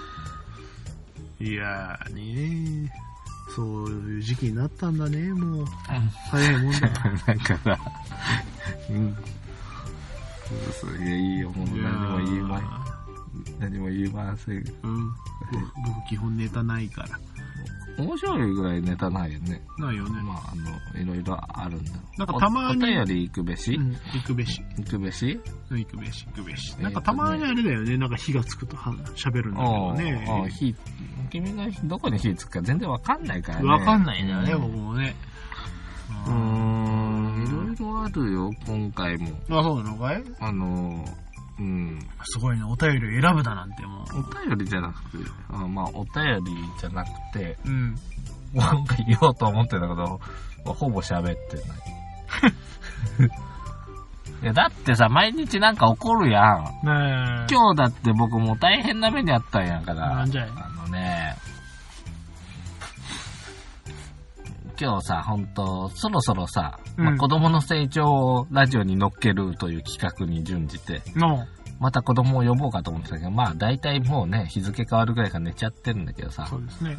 S2: ういやーねーそういう時期になったんだねもう早いもんだ
S1: なんかさ、うん。そうそういや、いいよ、もう何も言いません。何も言いません。
S2: うん僕僕基本ネタないから
S1: 面白いぐらいネタないよね。
S2: ないよね、
S1: まあ、あの、いろいろあるんだろう
S2: なんかたまに
S1: おお便り行くべし、
S2: うん、行くべし
S1: 行くべし
S2: 行くべし行くべ
S1: えー
S2: し
S1: とね
S2: なんかたまにあれだよねなんか火がつくとは喋るんだけど
S1: おうおう
S2: ね
S1: 火、君がどこに火つくか全然わかんないからね。
S2: わかんないんだよね、
S1: うん
S2: 僕もね
S1: うーん、いろいろあるよ、今回も。
S2: あそうなのかい
S1: あの、うん。
S2: すごいねお便りを選ぶだなんてもう
S1: お便りじゃなくて、あまあ、お便りじゃなくて、
S2: うん
S1: なんか言おうと思ってたけど、ほぼ 喋ってない。いや、だってさ、毎日なんか怒るやん。
S2: ねえ
S1: 今日だって僕もう大変な目にあったんやから。
S2: なんじゃい
S1: あのね、今日さ、ほんと、そろそろさ、まあ、
S2: うん
S1: 子供の成長をラジオに乗っけるという企画に準じて、
S2: の
S1: また子供を呼ぼうかと思ってたけど、まあ大体もうね、日付変わるぐらいから寝ちゃってるんだけどさ、
S2: そうですね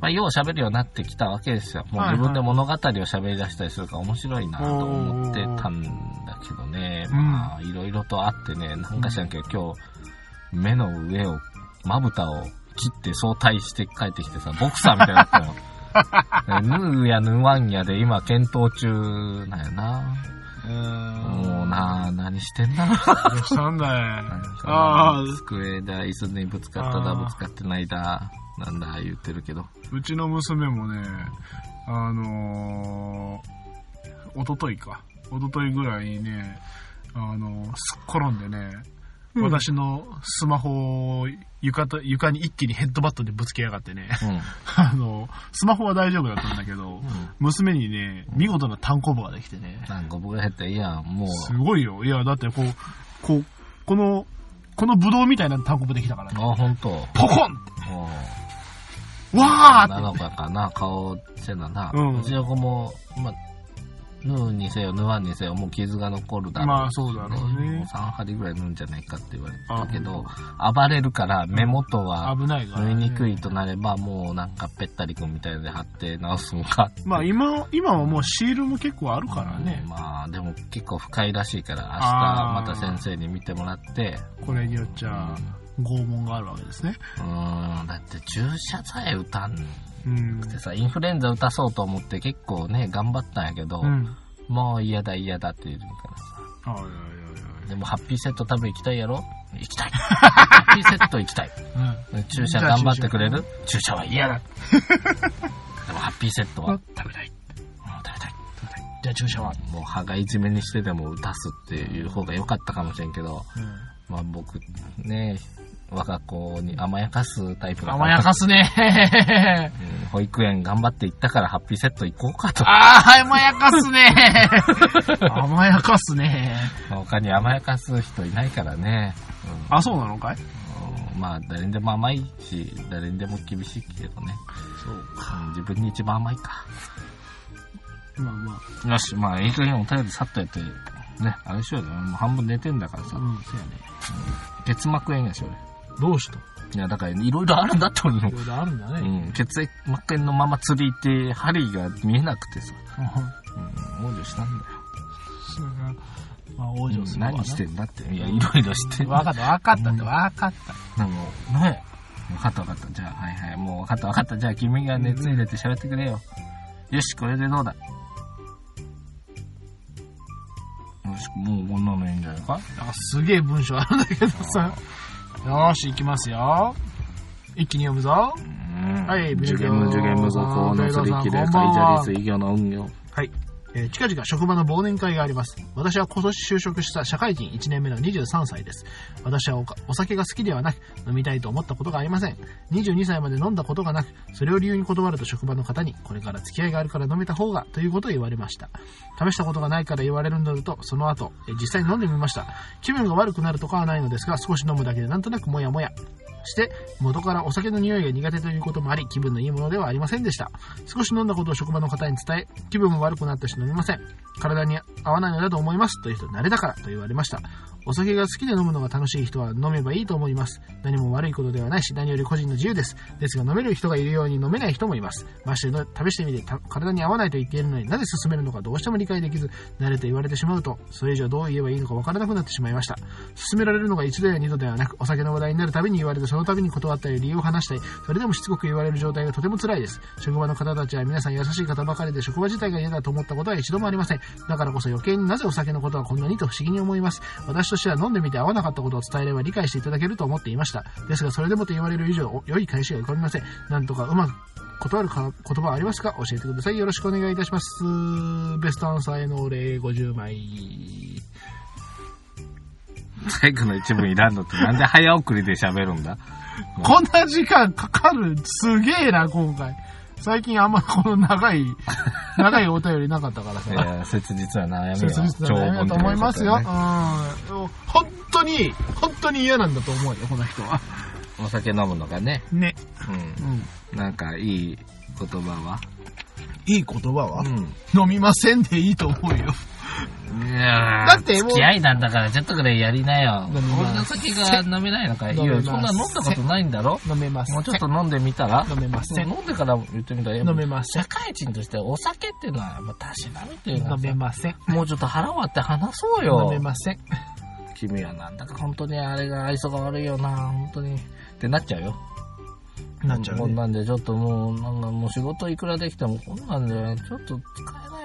S1: まあよう喋るようになってきたわけですよ。もう
S2: はいはい
S1: 自分で物語を喋り出したりするから面白いなと思ってたんだけどね、
S2: うん
S1: まあいろいろとあってね、なんか知らんけど今日、目の上を、まぶたを切って相対して帰ってきてさ、ボクサーみたいになったの。 ヌーやヌワンやで今検討中なんやな。
S2: うーん
S1: もうな、何してんだろう
S2: どうしたんだい
S1: なんか
S2: ああ
S1: 机だ、椅子にぶつかっただ、ぶつかってないだ、なんだ、言ってるけど。
S2: うちの娘もね、あのー、おとといか、おとといぐらいにね、あのー、すっ転んでね、
S1: うん
S2: 私のスマホを床と床に一気にヘッドバットでぶつけやがってね、
S1: うん。
S2: あのー、スマホは大丈夫だったんだけど、
S1: ん
S2: 娘にね、見事な単行部ができてね、
S1: なんか僕が減ったらいいやん、もう。
S2: すごいよ。いや、だってこう、こう、この、このブドウみたいな単行部できたからね、
S1: あ、ほんと。
S2: ポコンって
S1: うん
S2: わーって
S1: なのかかな、顔してなな。
S2: うん
S1: うちの子も、まあ、縫うにせよ、縫わんにせよ、もう傷が残るだろう。
S2: まあそうだろう
S1: もう
S2: ね。
S1: 3針ぐらい縫うんじゃないかって言われた
S2: あ
S1: けど、暴れるから目元は
S2: 危ないから、
S1: 縫
S2: ね。
S1: いにくいとなれば、もうなんかぺったりくんみたいので貼って直すのか。
S2: まあ今、今はもうシールも結構あるからね。
S1: まあでも結構深いらしいから、明
S2: あー
S1: 日また先生に見てもらって、
S2: これによっちゃ、拷問があるわけですね。
S1: うーん、だって注射さえ打たんっ
S2: うん。
S1: てさ、インフルエンザ打たそうと思って結構ね、頑張ったんやけど、
S2: うん。
S1: もう嫌だ嫌だって言うからさ。
S2: あいやい
S1: でもハッピーセット多分行きたいやろ行きた い。ハッピーセット行きたい。
S2: やいや。
S1: 注射頑張ってくれる注射は 嫌だ。でもハッピーセット
S2: う
S1: は、うん
S2: ん。食べた
S1: 食べた
S2: い。
S1: い。食べたい
S2: じゃあ注射は。
S1: もう歯がいじめにしてでも打たすっていう方が良かったかもしれんけど、
S2: うん。
S1: まあ僕ね、我が子に甘やかすタイプだから。
S2: 甘やかすね。
S1: うん保育園頑張って行ったからハッピーセット行こうかと。
S2: ああ、甘やかすね。 甘やかすね。
S1: 他に甘やかす人いないからね。うん
S2: あ、そうなのかい
S1: うんまあ誰にでも甘いし、誰にでも厳しいけどね。
S2: そう
S1: うん自分に一番甘いか。
S2: まあま
S1: よし、まあ、いい加減お便りさっとやって、ね、あれしようよ。もう半分寝てんだから
S2: あ。
S1: さ。
S2: うん、そうやね。
S1: 結膜炎やし、俺。
S2: どうした
S1: いや、だから、いろいろあるんだって俺も
S2: い。ろいろあるんだ
S1: う
S2: ね。
S1: ん、血膜炎のまま釣り行って、針が見えなくてさ、
S2: うん
S1: うん、王女したんだよ。
S2: それがまあ、往生するわな
S1: 何してんだって。いや、いろいろして。
S2: わかった、わかったって、わかっ
S1: でも、ねえ。わかったわかった。じゃあ、はいはい。もうわかったわかった。じゃあ、君が熱入れて喋ってくれよ。よし、これでどうだよし、もうこんなのいいんじゃないか
S2: た。あすげえ文章あるんだけどさ。よーし、行きますよ。一気に読むぞ。は
S1: はい受験無受験無属法のすり切れ、カイジャリス、異魚の運用。
S2: い。えー近々職場の忘年会があります。私は今年就職した社会人1年目の23歳です。私はおかお酒が好きではなく、飲みたいと思ったことがありません。22歳まで飲んだことがなく、それを理由に断ると職場の方に、これから付き合いがあるから飲めた方が、ということを言われました。試したことがないから言われるんだろうと、その後、えー実際に飲んでみました。気分が悪くなるとかはないのですが、少し飲むだけでなんとなくモヤモヤ。して、元からお酒の匂いが苦手ということもあり、気分のいいものではありませんでした。少し飲んだことを職場の方に伝え、気分も悪くなったし飲みません。体に合わないのだと思います。という人、慣れだからと言われました。お酒が好きで飲むのが楽しい人は飲めばいいと思います。何も悪いことではないし、何より個人の自由です。ですが、飲める人がいるように飲めない人もいます。ましての、試してみてた体に合わないと言っているのになぜ進めるのかどうしても理解できず、慣れと言われてしまうと、それ以上どう言えばいいのかわからなくなってしまいました。勧められるのが一度や二度ではなく、お酒の話題になるたびに言われて、そのたびに断ったり理由を話したり、それでもしつこく言われる状態がとても辛いです。職場の方たちは皆さん優しい方ばかりで、職場自体が嫌だと思ったことは一度もありません。だからこそ余計になぜお酒のことはこんなにと不思議に思います。私としては飲んでみて合わなかったことを伝えれば理解していただけると思っていました。ですが、それでもと言われる以上、お良い返しが浮かびません。なんとかうまく断るか言葉はありますか教えてください。よろしくお願いいたします。ベストアンサーへのお礼50枚。
S1: 最後の一文いらんのって、なんで早送りで喋るんだ
S2: こんな時間かかるすげえな、今回。最近あんまこの長 い、長いお便りなかったから
S1: い
S2: さ。
S1: や、切実な悩み
S2: 切
S1: は
S2: 実な悩みだと思いますよ。うん。本当に、本当に嫌なんだと思うよ、この人は。
S1: お酒飲むのがね、
S2: ね。
S1: う
S2: うん。
S1: ん。なんか、いい言葉は。
S2: いい言葉は、
S1: う
S2: 飲みませんでいいと思うよ。
S1: ん。いや
S2: だってもう
S1: 付き合いなんだから、ちょっとぐらいやりなよ。
S2: 飲みます
S1: 俺の酒が飲めないのかいい
S2: 飲みま
S1: よ、
S2: す
S1: そんな飲んだことないんだろ
S2: 飲めません。
S1: もうちょっと飲んでみたら
S2: 飲めません。
S1: 飲んでから言ってみたらええも
S2: 飲
S1: ん
S2: めません
S1: 社。会人としてお酒っていうのは、まあ、たしなみっていうの
S2: 飲
S1: はさ
S2: めません。
S1: もうちょっと腹割って話そう
S2: 飲
S1: よ
S2: め。ません。
S1: 君はなんだか本当にあれが愛想が悪いよな、本当に。ってなっちゃうよ。
S2: なっちゃ
S1: こ
S2: うんね。
S1: なんでちょっともう、なんかもう仕事いくらできてもこんなんで、ちょっと使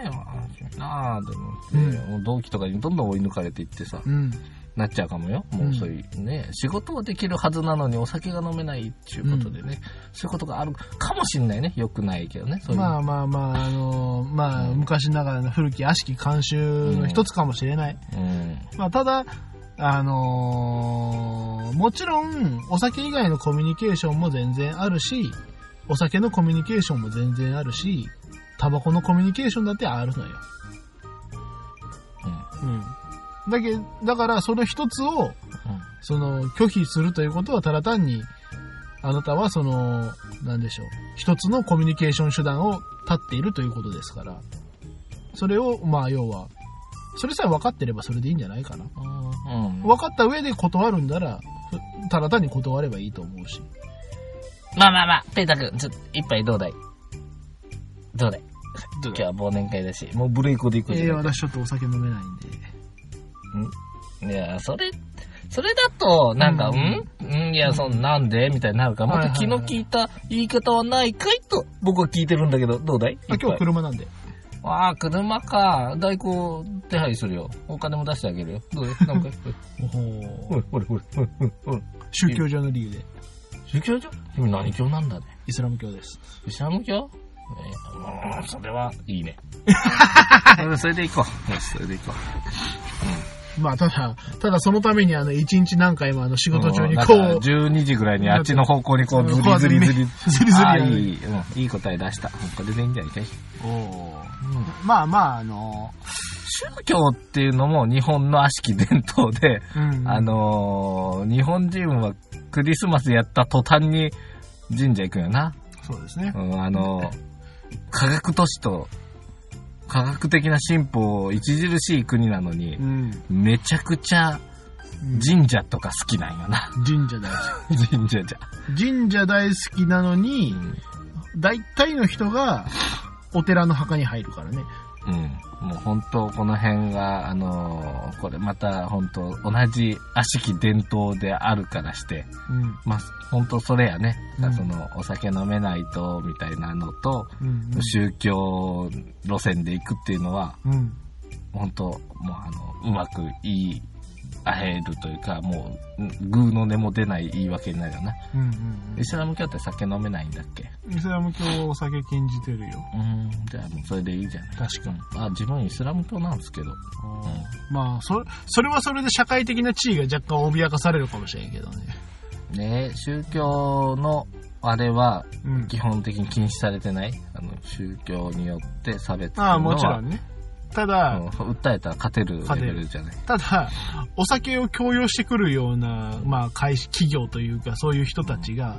S1: えないよな、君なあでも、
S2: うん
S1: もう同期とかにどんどん追い抜かれていってさ、
S2: うん。
S1: なっちゃうかもよ。もうそういうね、仕事はできるはずなのにお酒が飲めないっていうことでね、そういうことがあるかもしんないね。良くないけどね、そういう。
S2: まあまあまあ、あのーまあ、昔ながらの古き悪しき慣習の一つかもしれない。
S1: うん。
S2: まあ、ただ、あのーもちろん、お酒以外のコミュニケーションも全然あるし、お酒のコミュニケーションも全然あるし、タバコのコミュニケーションだってあるのよ。
S1: うん
S2: うん。だけだから、その一つを、その、拒否するということは、ただ単に、あなたはその、なんでしょう。一つのコミュニケーション手段を立っているということですから。それを、まあ、要は、それさえ分かってればそれでいいんじゃないかな。
S1: うん。
S2: 分かった上で断るんなら、ふただ単に断ればいいと思うし。
S1: まあまあまあ、ペータ君、ちょっと、一杯どうだいどうだい
S2: ど
S1: 今
S2: うだ
S1: 日は忘年会だし、もうブレイクで行く
S2: え
S1: じ
S2: え
S1: ゃない
S2: 私ちょっとお酒飲めないんで。
S1: いや、それ、それだと、なんか、
S2: うん
S1: ん、うん、いや、そんなんでみたいになるから、もっと気の利いた言い方はないかいと、僕は聞いてるんだけど、どうだい
S2: あ、今日
S1: る。
S2: 車なんで。
S1: ああ、車か。代行手配するよ。お金も出してあげるよ。どうだいなん か、
S2: おほ
S1: ほいほいほいほいほいほい。
S2: 宗教上の理由で。
S1: 宗教上君何教なんだね。
S2: イスラム教です。
S1: イスラム教えーうん、それはいいね。うん それで行こう。よしそれで行こう。
S2: まあ、ただ、ただそのためにあの、一日何回もあの、仕事中に
S1: なん
S2: こ
S1: か
S2: う、
S1: 12時ぐらいにあっちの方向にこう、ずりずりずり。
S2: ずりずり
S1: あ
S2: や
S1: ー
S2: る。
S1: いい、うん、いい答え出した。これでいいんじゃないかい。
S2: まあまあ、あの、
S1: 宗教っていうのも日本の悪しき伝統で、
S2: うん
S1: あのー日本人はクリスマスやった途端に神社行くよな。
S2: そうですね
S1: う。ん、あのー科学都市と科学的な進歩を著しい国なのに、
S2: ん。
S1: めちゃくちゃ神社とか好きなんよな。
S2: 神社大好
S1: 神社じゃ。
S2: き。神社大好きなのに、大体の人が、お寺の墓に入るからね。
S1: うん、もう本当この辺が、あのーこれまた本当同じ悪しき伝統であるからして、
S2: うん。
S1: まあ本当それやね、
S2: うん
S1: そのお酒飲めないとみたいなのと、
S2: うん。
S1: 宗教路線で行くっていうのは、
S2: うん。
S1: 本当もうあの、うまく言い合えるというか、もう、ん偶の根も出ない言い訳になるよな。
S2: うん。
S1: イスラム教って酒飲めないんだっけ
S2: イスラム教はお酒禁じてるよ。
S1: うん、じゃあもうそれでいいじゃない。
S2: 確かに
S1: うんあ、自分イスラム教なんですけど。うん
S2: まあ、それ、それはそれで社会的な地位が若干脅かされるかもしれんけどね。
S1: ね宗教のあれは
S2: うん。
S1: 基本的に禁止されてないあの宗教によって差別っていうのは
S2: ああ、もちろんね。ただ、
S1: うん訴えたら勝てるレベルじゃない
S2: ただ、お酒を強要してくるような、まあ、会社、企業というか、そういう人たちが、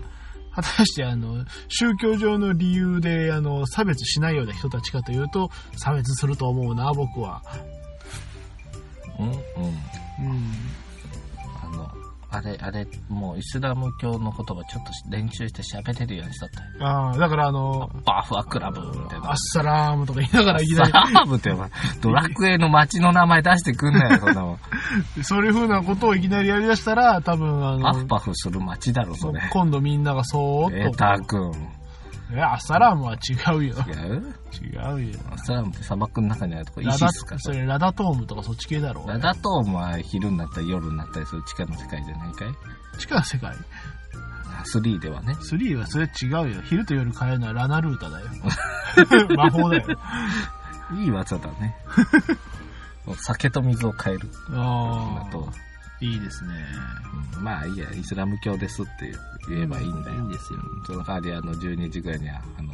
S2: 果たして、あの、宗教上の理由で、あの、差別しないような人たちかというと、差別すると思うな、僕は。
S1: うんうん
S2: うん。
S1: あのあれあれもうイスラム教の言葉ちょっと練習して喋れるようにしとったよ
S2: ああ、だから、あの、
S1: バーフアクラブみたい
S2: ア
S1: な
S2: ッサラームとか言いながら、いきな
S1: サーブって お前ドラクエの街の名前出してくんなよそんな もん
S2: り、そういう風なことをいきなりやりだしたら、多分、あ
S1: パフ
S2: の、
S1: パフする街だろそれ
S2: 今度みんながそ
S1: え
S2: ーっと、
S1: たーくん
S2: いやアッサラームは違うよ。
S1: 違う
S2: 違うよ。
S1: イスラムって砂漠の中にあるとこイ
S2: ラ
S1: シ
S2: ダ
S1: スか、
S2: それラダトームとかそっち系だろ。
S1: ラダトームは昼になったり夜になったりする地下の世界じゃないかい
S2: 地下の世界。
S1: ?3 ではね。
S2: 3はそれ違うよ。昼と夜変えるのはラナルー タだよ。魔法だよ。
S1: いい技だね。 酒と水を変える
S2: あ
S1: のと
S2: あ、、いいですね。
S1: うんまあいいや、イスラム教ですって言えばいいんだよ。
S2: いいんですよ
S1: うんその代わりあの12時ぐらいには、あの、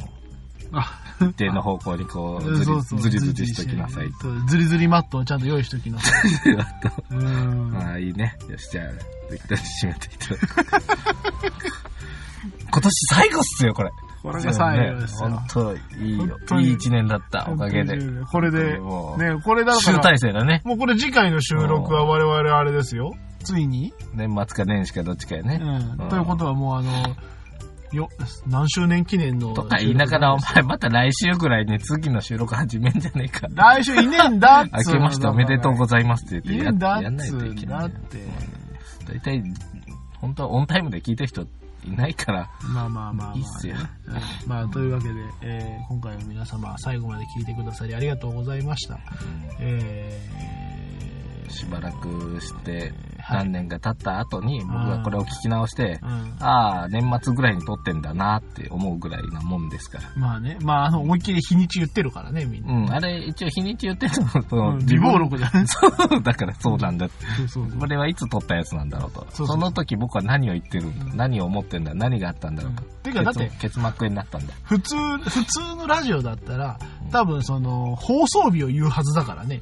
S2: あ、
S1: 一定の方向にこう、ず
S2: そうそう。
S1: りずりずりしときなさい。
S2: そうずりずりマットをちゃんと用意しときなさい。 うーん。
S1: まあいいね。よし、じゃあ、適当に締めていただく。今年最後っすよ、これ。
S2: これが最後ですよ
S1: ね本当、いいよ
S2: 本。当に
S1: いい一年だった、おかげで。
S2: これで、
S1: もう
S2: ね、これだか
S1: 集
S2: ら、
S1: 大成だね。
S2: もうこれ次回の収録は我々あれですよ。ついに。
S1: 年末か年始かどっちかや
S2: う
S1: ね。
S2: ん。ということはもうあの、よ、何周年記念の。
S1: とか言いながら、お前また来週ぐらいに次の収録始めんじゃねえか。
S2: 来週いねえんだっ
S1: 明
S2: つう
S1: け
S2: の
S1: ましておめでとうございますって
S2: い
S1: 言って
S2: る
S1: や
S2: んだ
S1: やん
S2: っ
S1: ない
S2: つ
S1: と
S2: う
S1: いけ
S2: ん
S1: な
S2: だ
S1: い
S2: っ
S1: んだよ。
S2: て。
S1: 大体、本当はオンタイムで聞いてる人いないから、
S2: まあまあまあ、まあ。
S1: いいっすよ。
S2: うんまあ、というわけで、えー今回は皆様最後まで聞いてくださりありがとうございました。えー
S1: しばらくして、
S2: はい
S1: 何年か経った後に、僕がこれを聞き直して、
S2: うん
S1: ああ、年末ぐらいに撮ってんだなって思うぐらいなもんですから。
S2: まあね、まあ、あの、思いっきり日にち言ってるからね、みん
S1: うん、
S2: な。
S1: あれ、一応日にち言ってるの、その、
S2: うん微暴録じゃな い
S1: そう、だからそうなんだって。
S2: そうそうそう
S1: これはいつ撮ったやつなんだろうと。
S2: そうそう
S1: その時僕は何を言ってるんだ、何を思ってんだ何があったんだろうと。
S2: てか、だって
S1: 結、結膜炎になったんだ。
S2: 普通、普通のラジオだったら、多分その、放送日を言うはずだからね。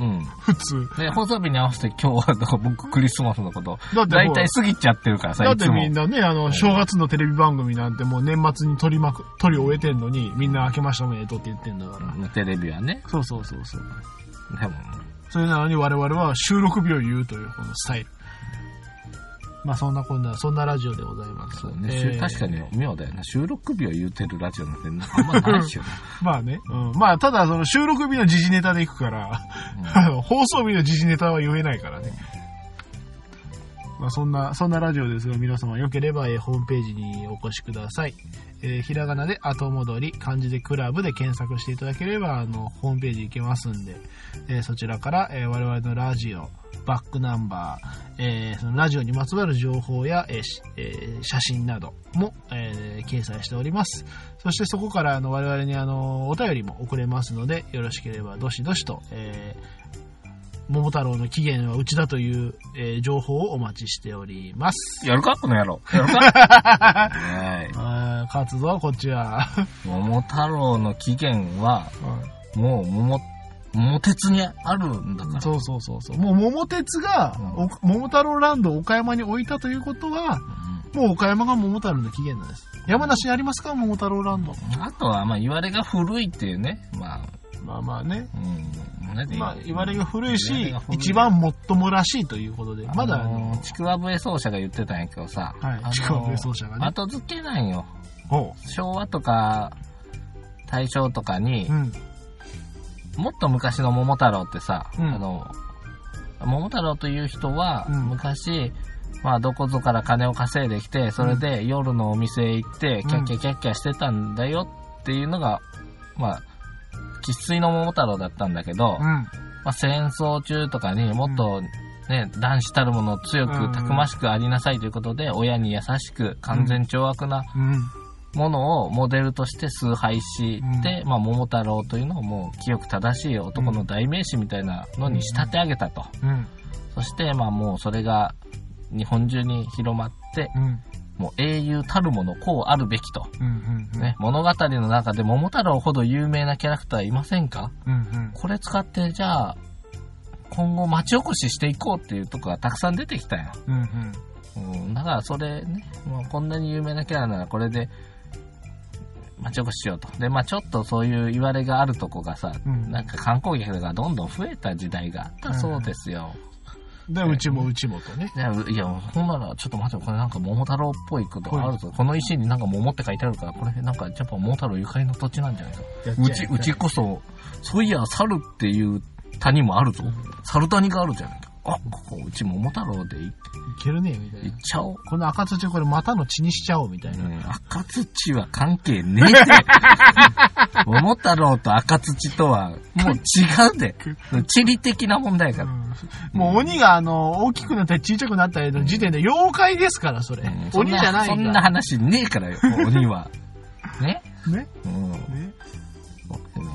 S1: うん。
S2: 普通。
S1: で、放送日に合わせて今日は、だから僕クリスマスのこと、
S2: だってもう
S1: 大体過ぎちゃってるからさ、
S2: だっ
S1: い
S2: て
S1: つも
S2: み。んなね、あの、正月のテレビ番組なんてもう年末に撮りまく、撮り終えてんのに、みんな明けましておめでとうって言ってんだから。
S1: テレビはね。
S2: そうそうそうそう。
S1: でも、
S2: それなのに我々は収録日を言うというこのスタイル。まあそんなこんな、そんなラジオでございます。
S1: そうね、
S2: えー
S1: 確かに妙だよな。収録日を言うてるラジオなんて、あんまないっしょね。
S2: まあね。うん。まあただその収録日の時事ネタでいくから、あの 放送日の時事ネタは言えないからね。まあそんな、そんなラジオですが、皆様よければ、えーホームページにお越しください。えーひらがなで後戻り、漢字でクラブで検索していただければ、あの、ホームページ行けますんで、えーそちらから、えー我々のラジオ、バックナンバー、えーそのラジオにまつわる情報や、えーしえー写真なども、えー掲載しております。そしてそこからあの我々にあのお便りも送れますので、よろしければどしどしと、えー桃太郎の起源はうちだという、えー情報をお待ちしております。
S1: やるかこの野郎。やるか はい。
S2: あー勝つぞ、こっちは。
S1: 桃太郎の起源は、もう桃、桃鉄にあるんだから。
S2: そうそうそうそう。もう桃鉄が、
S1: うん
S2: お桃太郎ランドを岡山に置いたということは、
S1: うん
S2: もう岡山が桃太郎の起源なんです。山梨にありますか、桃太郎ランド。
S1: あとは、まあ、言われが古いっていうね。まあ、
S2: まあまあね。
S1: うん。なんで
S2: まあ、言われが古い
S1: 言われ
S2: し
S1: が、古い
S2: 一番もっともらしいということで、まだあ
S1: あの
S2: の、
S1: ちくわ笛奏者が言ってたんやけどさ。
S2: は
S1: あの
S2: い、ちくわぶ奏者がね。
S1: 後付けなんよ。
S2: ほ
S1: 昭和とか、大正とかに
S2: う。う、ん。
S1: もっと昔の桃太郎ってさ、
S2: うん
S1: あの、桃太郎という人は、
S2: うん
S1: 昔、まあ、どこぞから金を稼いできて、それで夜のお店へ行って、
S2: うん
S1: キャッキャキャッキャしてたんだよっていうのが、まあ、生粋の桃太郎だったんだけど、
S2: う
S1: ま
S2: ん。
S1: あ、戦争中とかにもっと、ね、男子たるものを強
S2: うん
S1: く、たくましくありなさいということで、親に優しく、完全懲悪な
S2: うん。
S1: ものをモデルとして崇拝して、まあ、桃太郎というのをもう清く正しい男の代名詞みたいなのに仕立て上げたと、
S2: うん。
S1: そしてまあもうそれが日本中に広まって
S2: うん。
S1: もう英雄たるものこうあるべきと、
S2: うん。うん。
S1: ね、物語の中で桃太郎ほど有名なキャラクターいませんか
S2: うん。うん。
S1: これ使ってじゃあ今後町おこししていこうっていうとこがたくさん出てきたよ
S2: うん。うん。
S1: うん、だからそれね、もうこんなに有名なキャラならこれで、まあ、チョコしようと。で、まあ、ちょっとそういう言われがあるとこがさ、
S2: うん
S1: なんか観光客がどんどん増えた時代があったそうですよ。
S2: で、うちもうちもとね。
S1: いや、ういや、ほんなら、ちょっと待ってよ、これなんか桃太郎っぽいことあるぞ。この石になんか桃って書いてあるから、これなんかやっぱ桃太郎ゆかりの土地なんじゃないか。うち、うちこそ、そういや、猿っていう谷もあるぞ。猿谷があるじゃないか。あ、ここ、うち桃太郎で行っ
S2: いけるね、みたい
S1: 行
S2: な
S1: っ。ちゃおう。
S2: この赤土これ股の血にしちゃおう、みたいな。
S1: 赤土は関係ねえで。桃太郎と赤土とはもう違うで。地理的な問題やから。
S2: もう鬼があの、大きくなったり小さくなったりの時点で妖怪ですから、それ。
S1: うん
S2: 鬼じゃない
S1: そんなそん
S2: か
S1: な
S2: ら。
S1: 話ねえからよ、鬼 は。ね
S2: ね。
S1: うん。
S2: ね。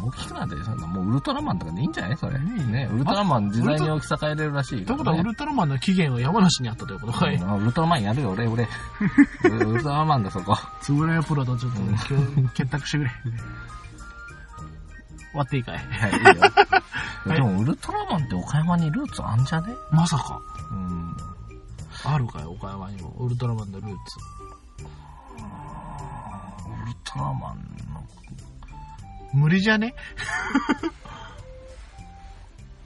S1: 大きくなって、そんなもうウルトラマンとかでいいんじゃないそれ。
S2: ねえ
S1: ねウルトラマン時代に大きさ変えれるらしいか
S2: という
S1: ら
S2: ことは、
S1: ね、
S2: ウルトラマンの起源は山梨にあったということかい。
S1: うんあウルトラマンやるよ、俺、 俺。ウルトラマンだ、そこ。
S2: つぶらやプロとちょっと、今日、結託してく れ。終わっていいかい
S1: はい、いいよ。でも、ウルトラマンって岡山にルーツあんじゃね
S2: まさか。
S1: うん。
S2: あるかい岡山にも。ウルトラマンのルーツ。
S1: ウルトラマンの
S2: 無理じゃね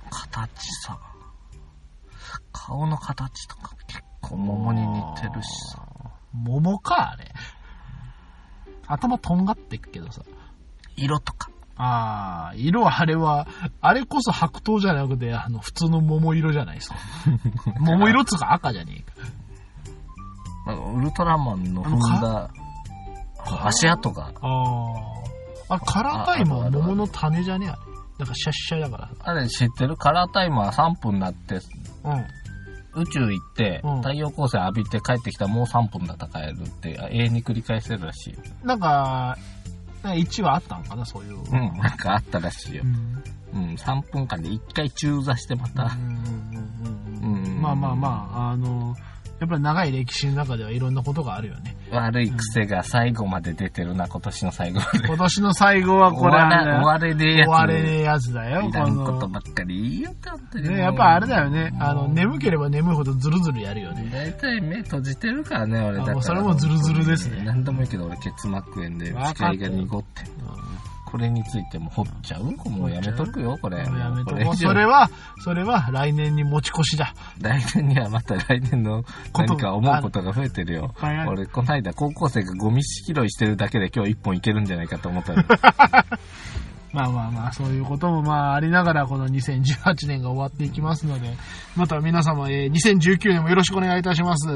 S1: 形さ顔の形とか結構桃に似てるしさ
S2: 桃か、あれ。頭とんがってくけどさ。
S1: 色とか
S2: ああ、色はあれは、あれこそ白桃じゃなくて、あの、普通の桃色じゃない ですか。桃色っつうか赤じゃねえ
S1: な
S2: か。
S1: んかウルトラマンの踏んだこう足跡が
S2: ああ。あ、カラータイム
S1: ああ
S2: は
S1: るある
S2: 桃の種じゃねえあれ。なんかシャッシャだから
S1: あれ知ってるカラータイマー3分になって
S2: さ。
S1: 宇宙行って
S2: うん
S1: 太陽光線浴びて帰ってきたらもう3分だったら帰るってあ永遠に繰り返してるらしいよ
S2: うん。なんか、なんか1話あったんかな、そういう。
S1: うんなんかあったらしいよ
S2: う、ん。
S1: うん、3分間で1回中座してまた
S2: うんうんうんうん
S1: うん
S2: まあまあまあ、あの、やっぱり長い歴史の中ではいろんなことがあるよね。
S1: 悪い癖が最後まで出てるな、今年の最後まで。
S2: 今年の最後は
S1: 終
S2: これ
S1: わ
S2: あれだ
S1: ら、終
S2: よ
S1: われねえや
S2: 終
S1: つ。
S2: われねえやつだよ、
S1: い
S2: こ
S1: らんこと
S2: の。
S1: ばっかり言いよって、本当に。
S2: ね、やっぱあれだ
S1: よ。
S2: よね。あの、眠ければ眠いほどズルズルやるよね。
S1: 大体目閉じてるからね、俺だ
S2: あ
S1: か
S2: も
S1: ら。
S2: うそれもズルズルですね。
S1: 何度も言うけど、俺、結膜炎で、視
S2: わかって
S1: 界
S2: る
S1: が濁ってる。これについても掘っちゃうもうやめとくよ、これ。
S2: もうやめと
S1: れ以
S2: こう。
S1: 上
S2: それは、それは来年に持ち越しだ。
S1: 来年にはまた来年の何か思うことが増えてるよ
S2: っ。ぱいある
S1: 俺、この間高校生がゴミ拾いしてるだけで今日一本いけるんじゃないかと思 ったの
S2: まあまあまあ、そういうこともまあありながら、この2018年が終わっていきますので、また皆様、えー2019年もよろしくお願いいたします。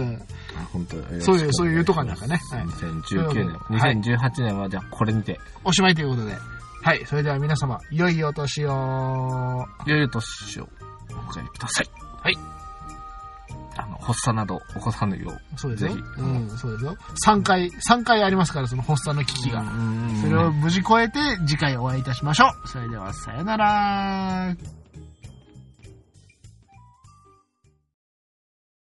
S1: あ本当よろしく
S2: そ
S1: お
S2: う
S1: 願いしま
S2: いう、
S1: す
S2: そういうとかなんかね。はい。
S1: 2019
S2: はい
S1: 年、2018年はじゃあこれにて、
S2: おしまいということで。はい。それでは皆様、良いお年を。はい
S1: よいよ年をお迎えください。
S2: い。
S1: あの、発作など起こさぬよう。
S2: そうですよ。
S1: ぜひ
S2: うん、そうですよ。3回、三回ありますから、その発作の危機が。
S1: うん
S2: それを無事超えて次回お会いいたしましょう。それではさよなら。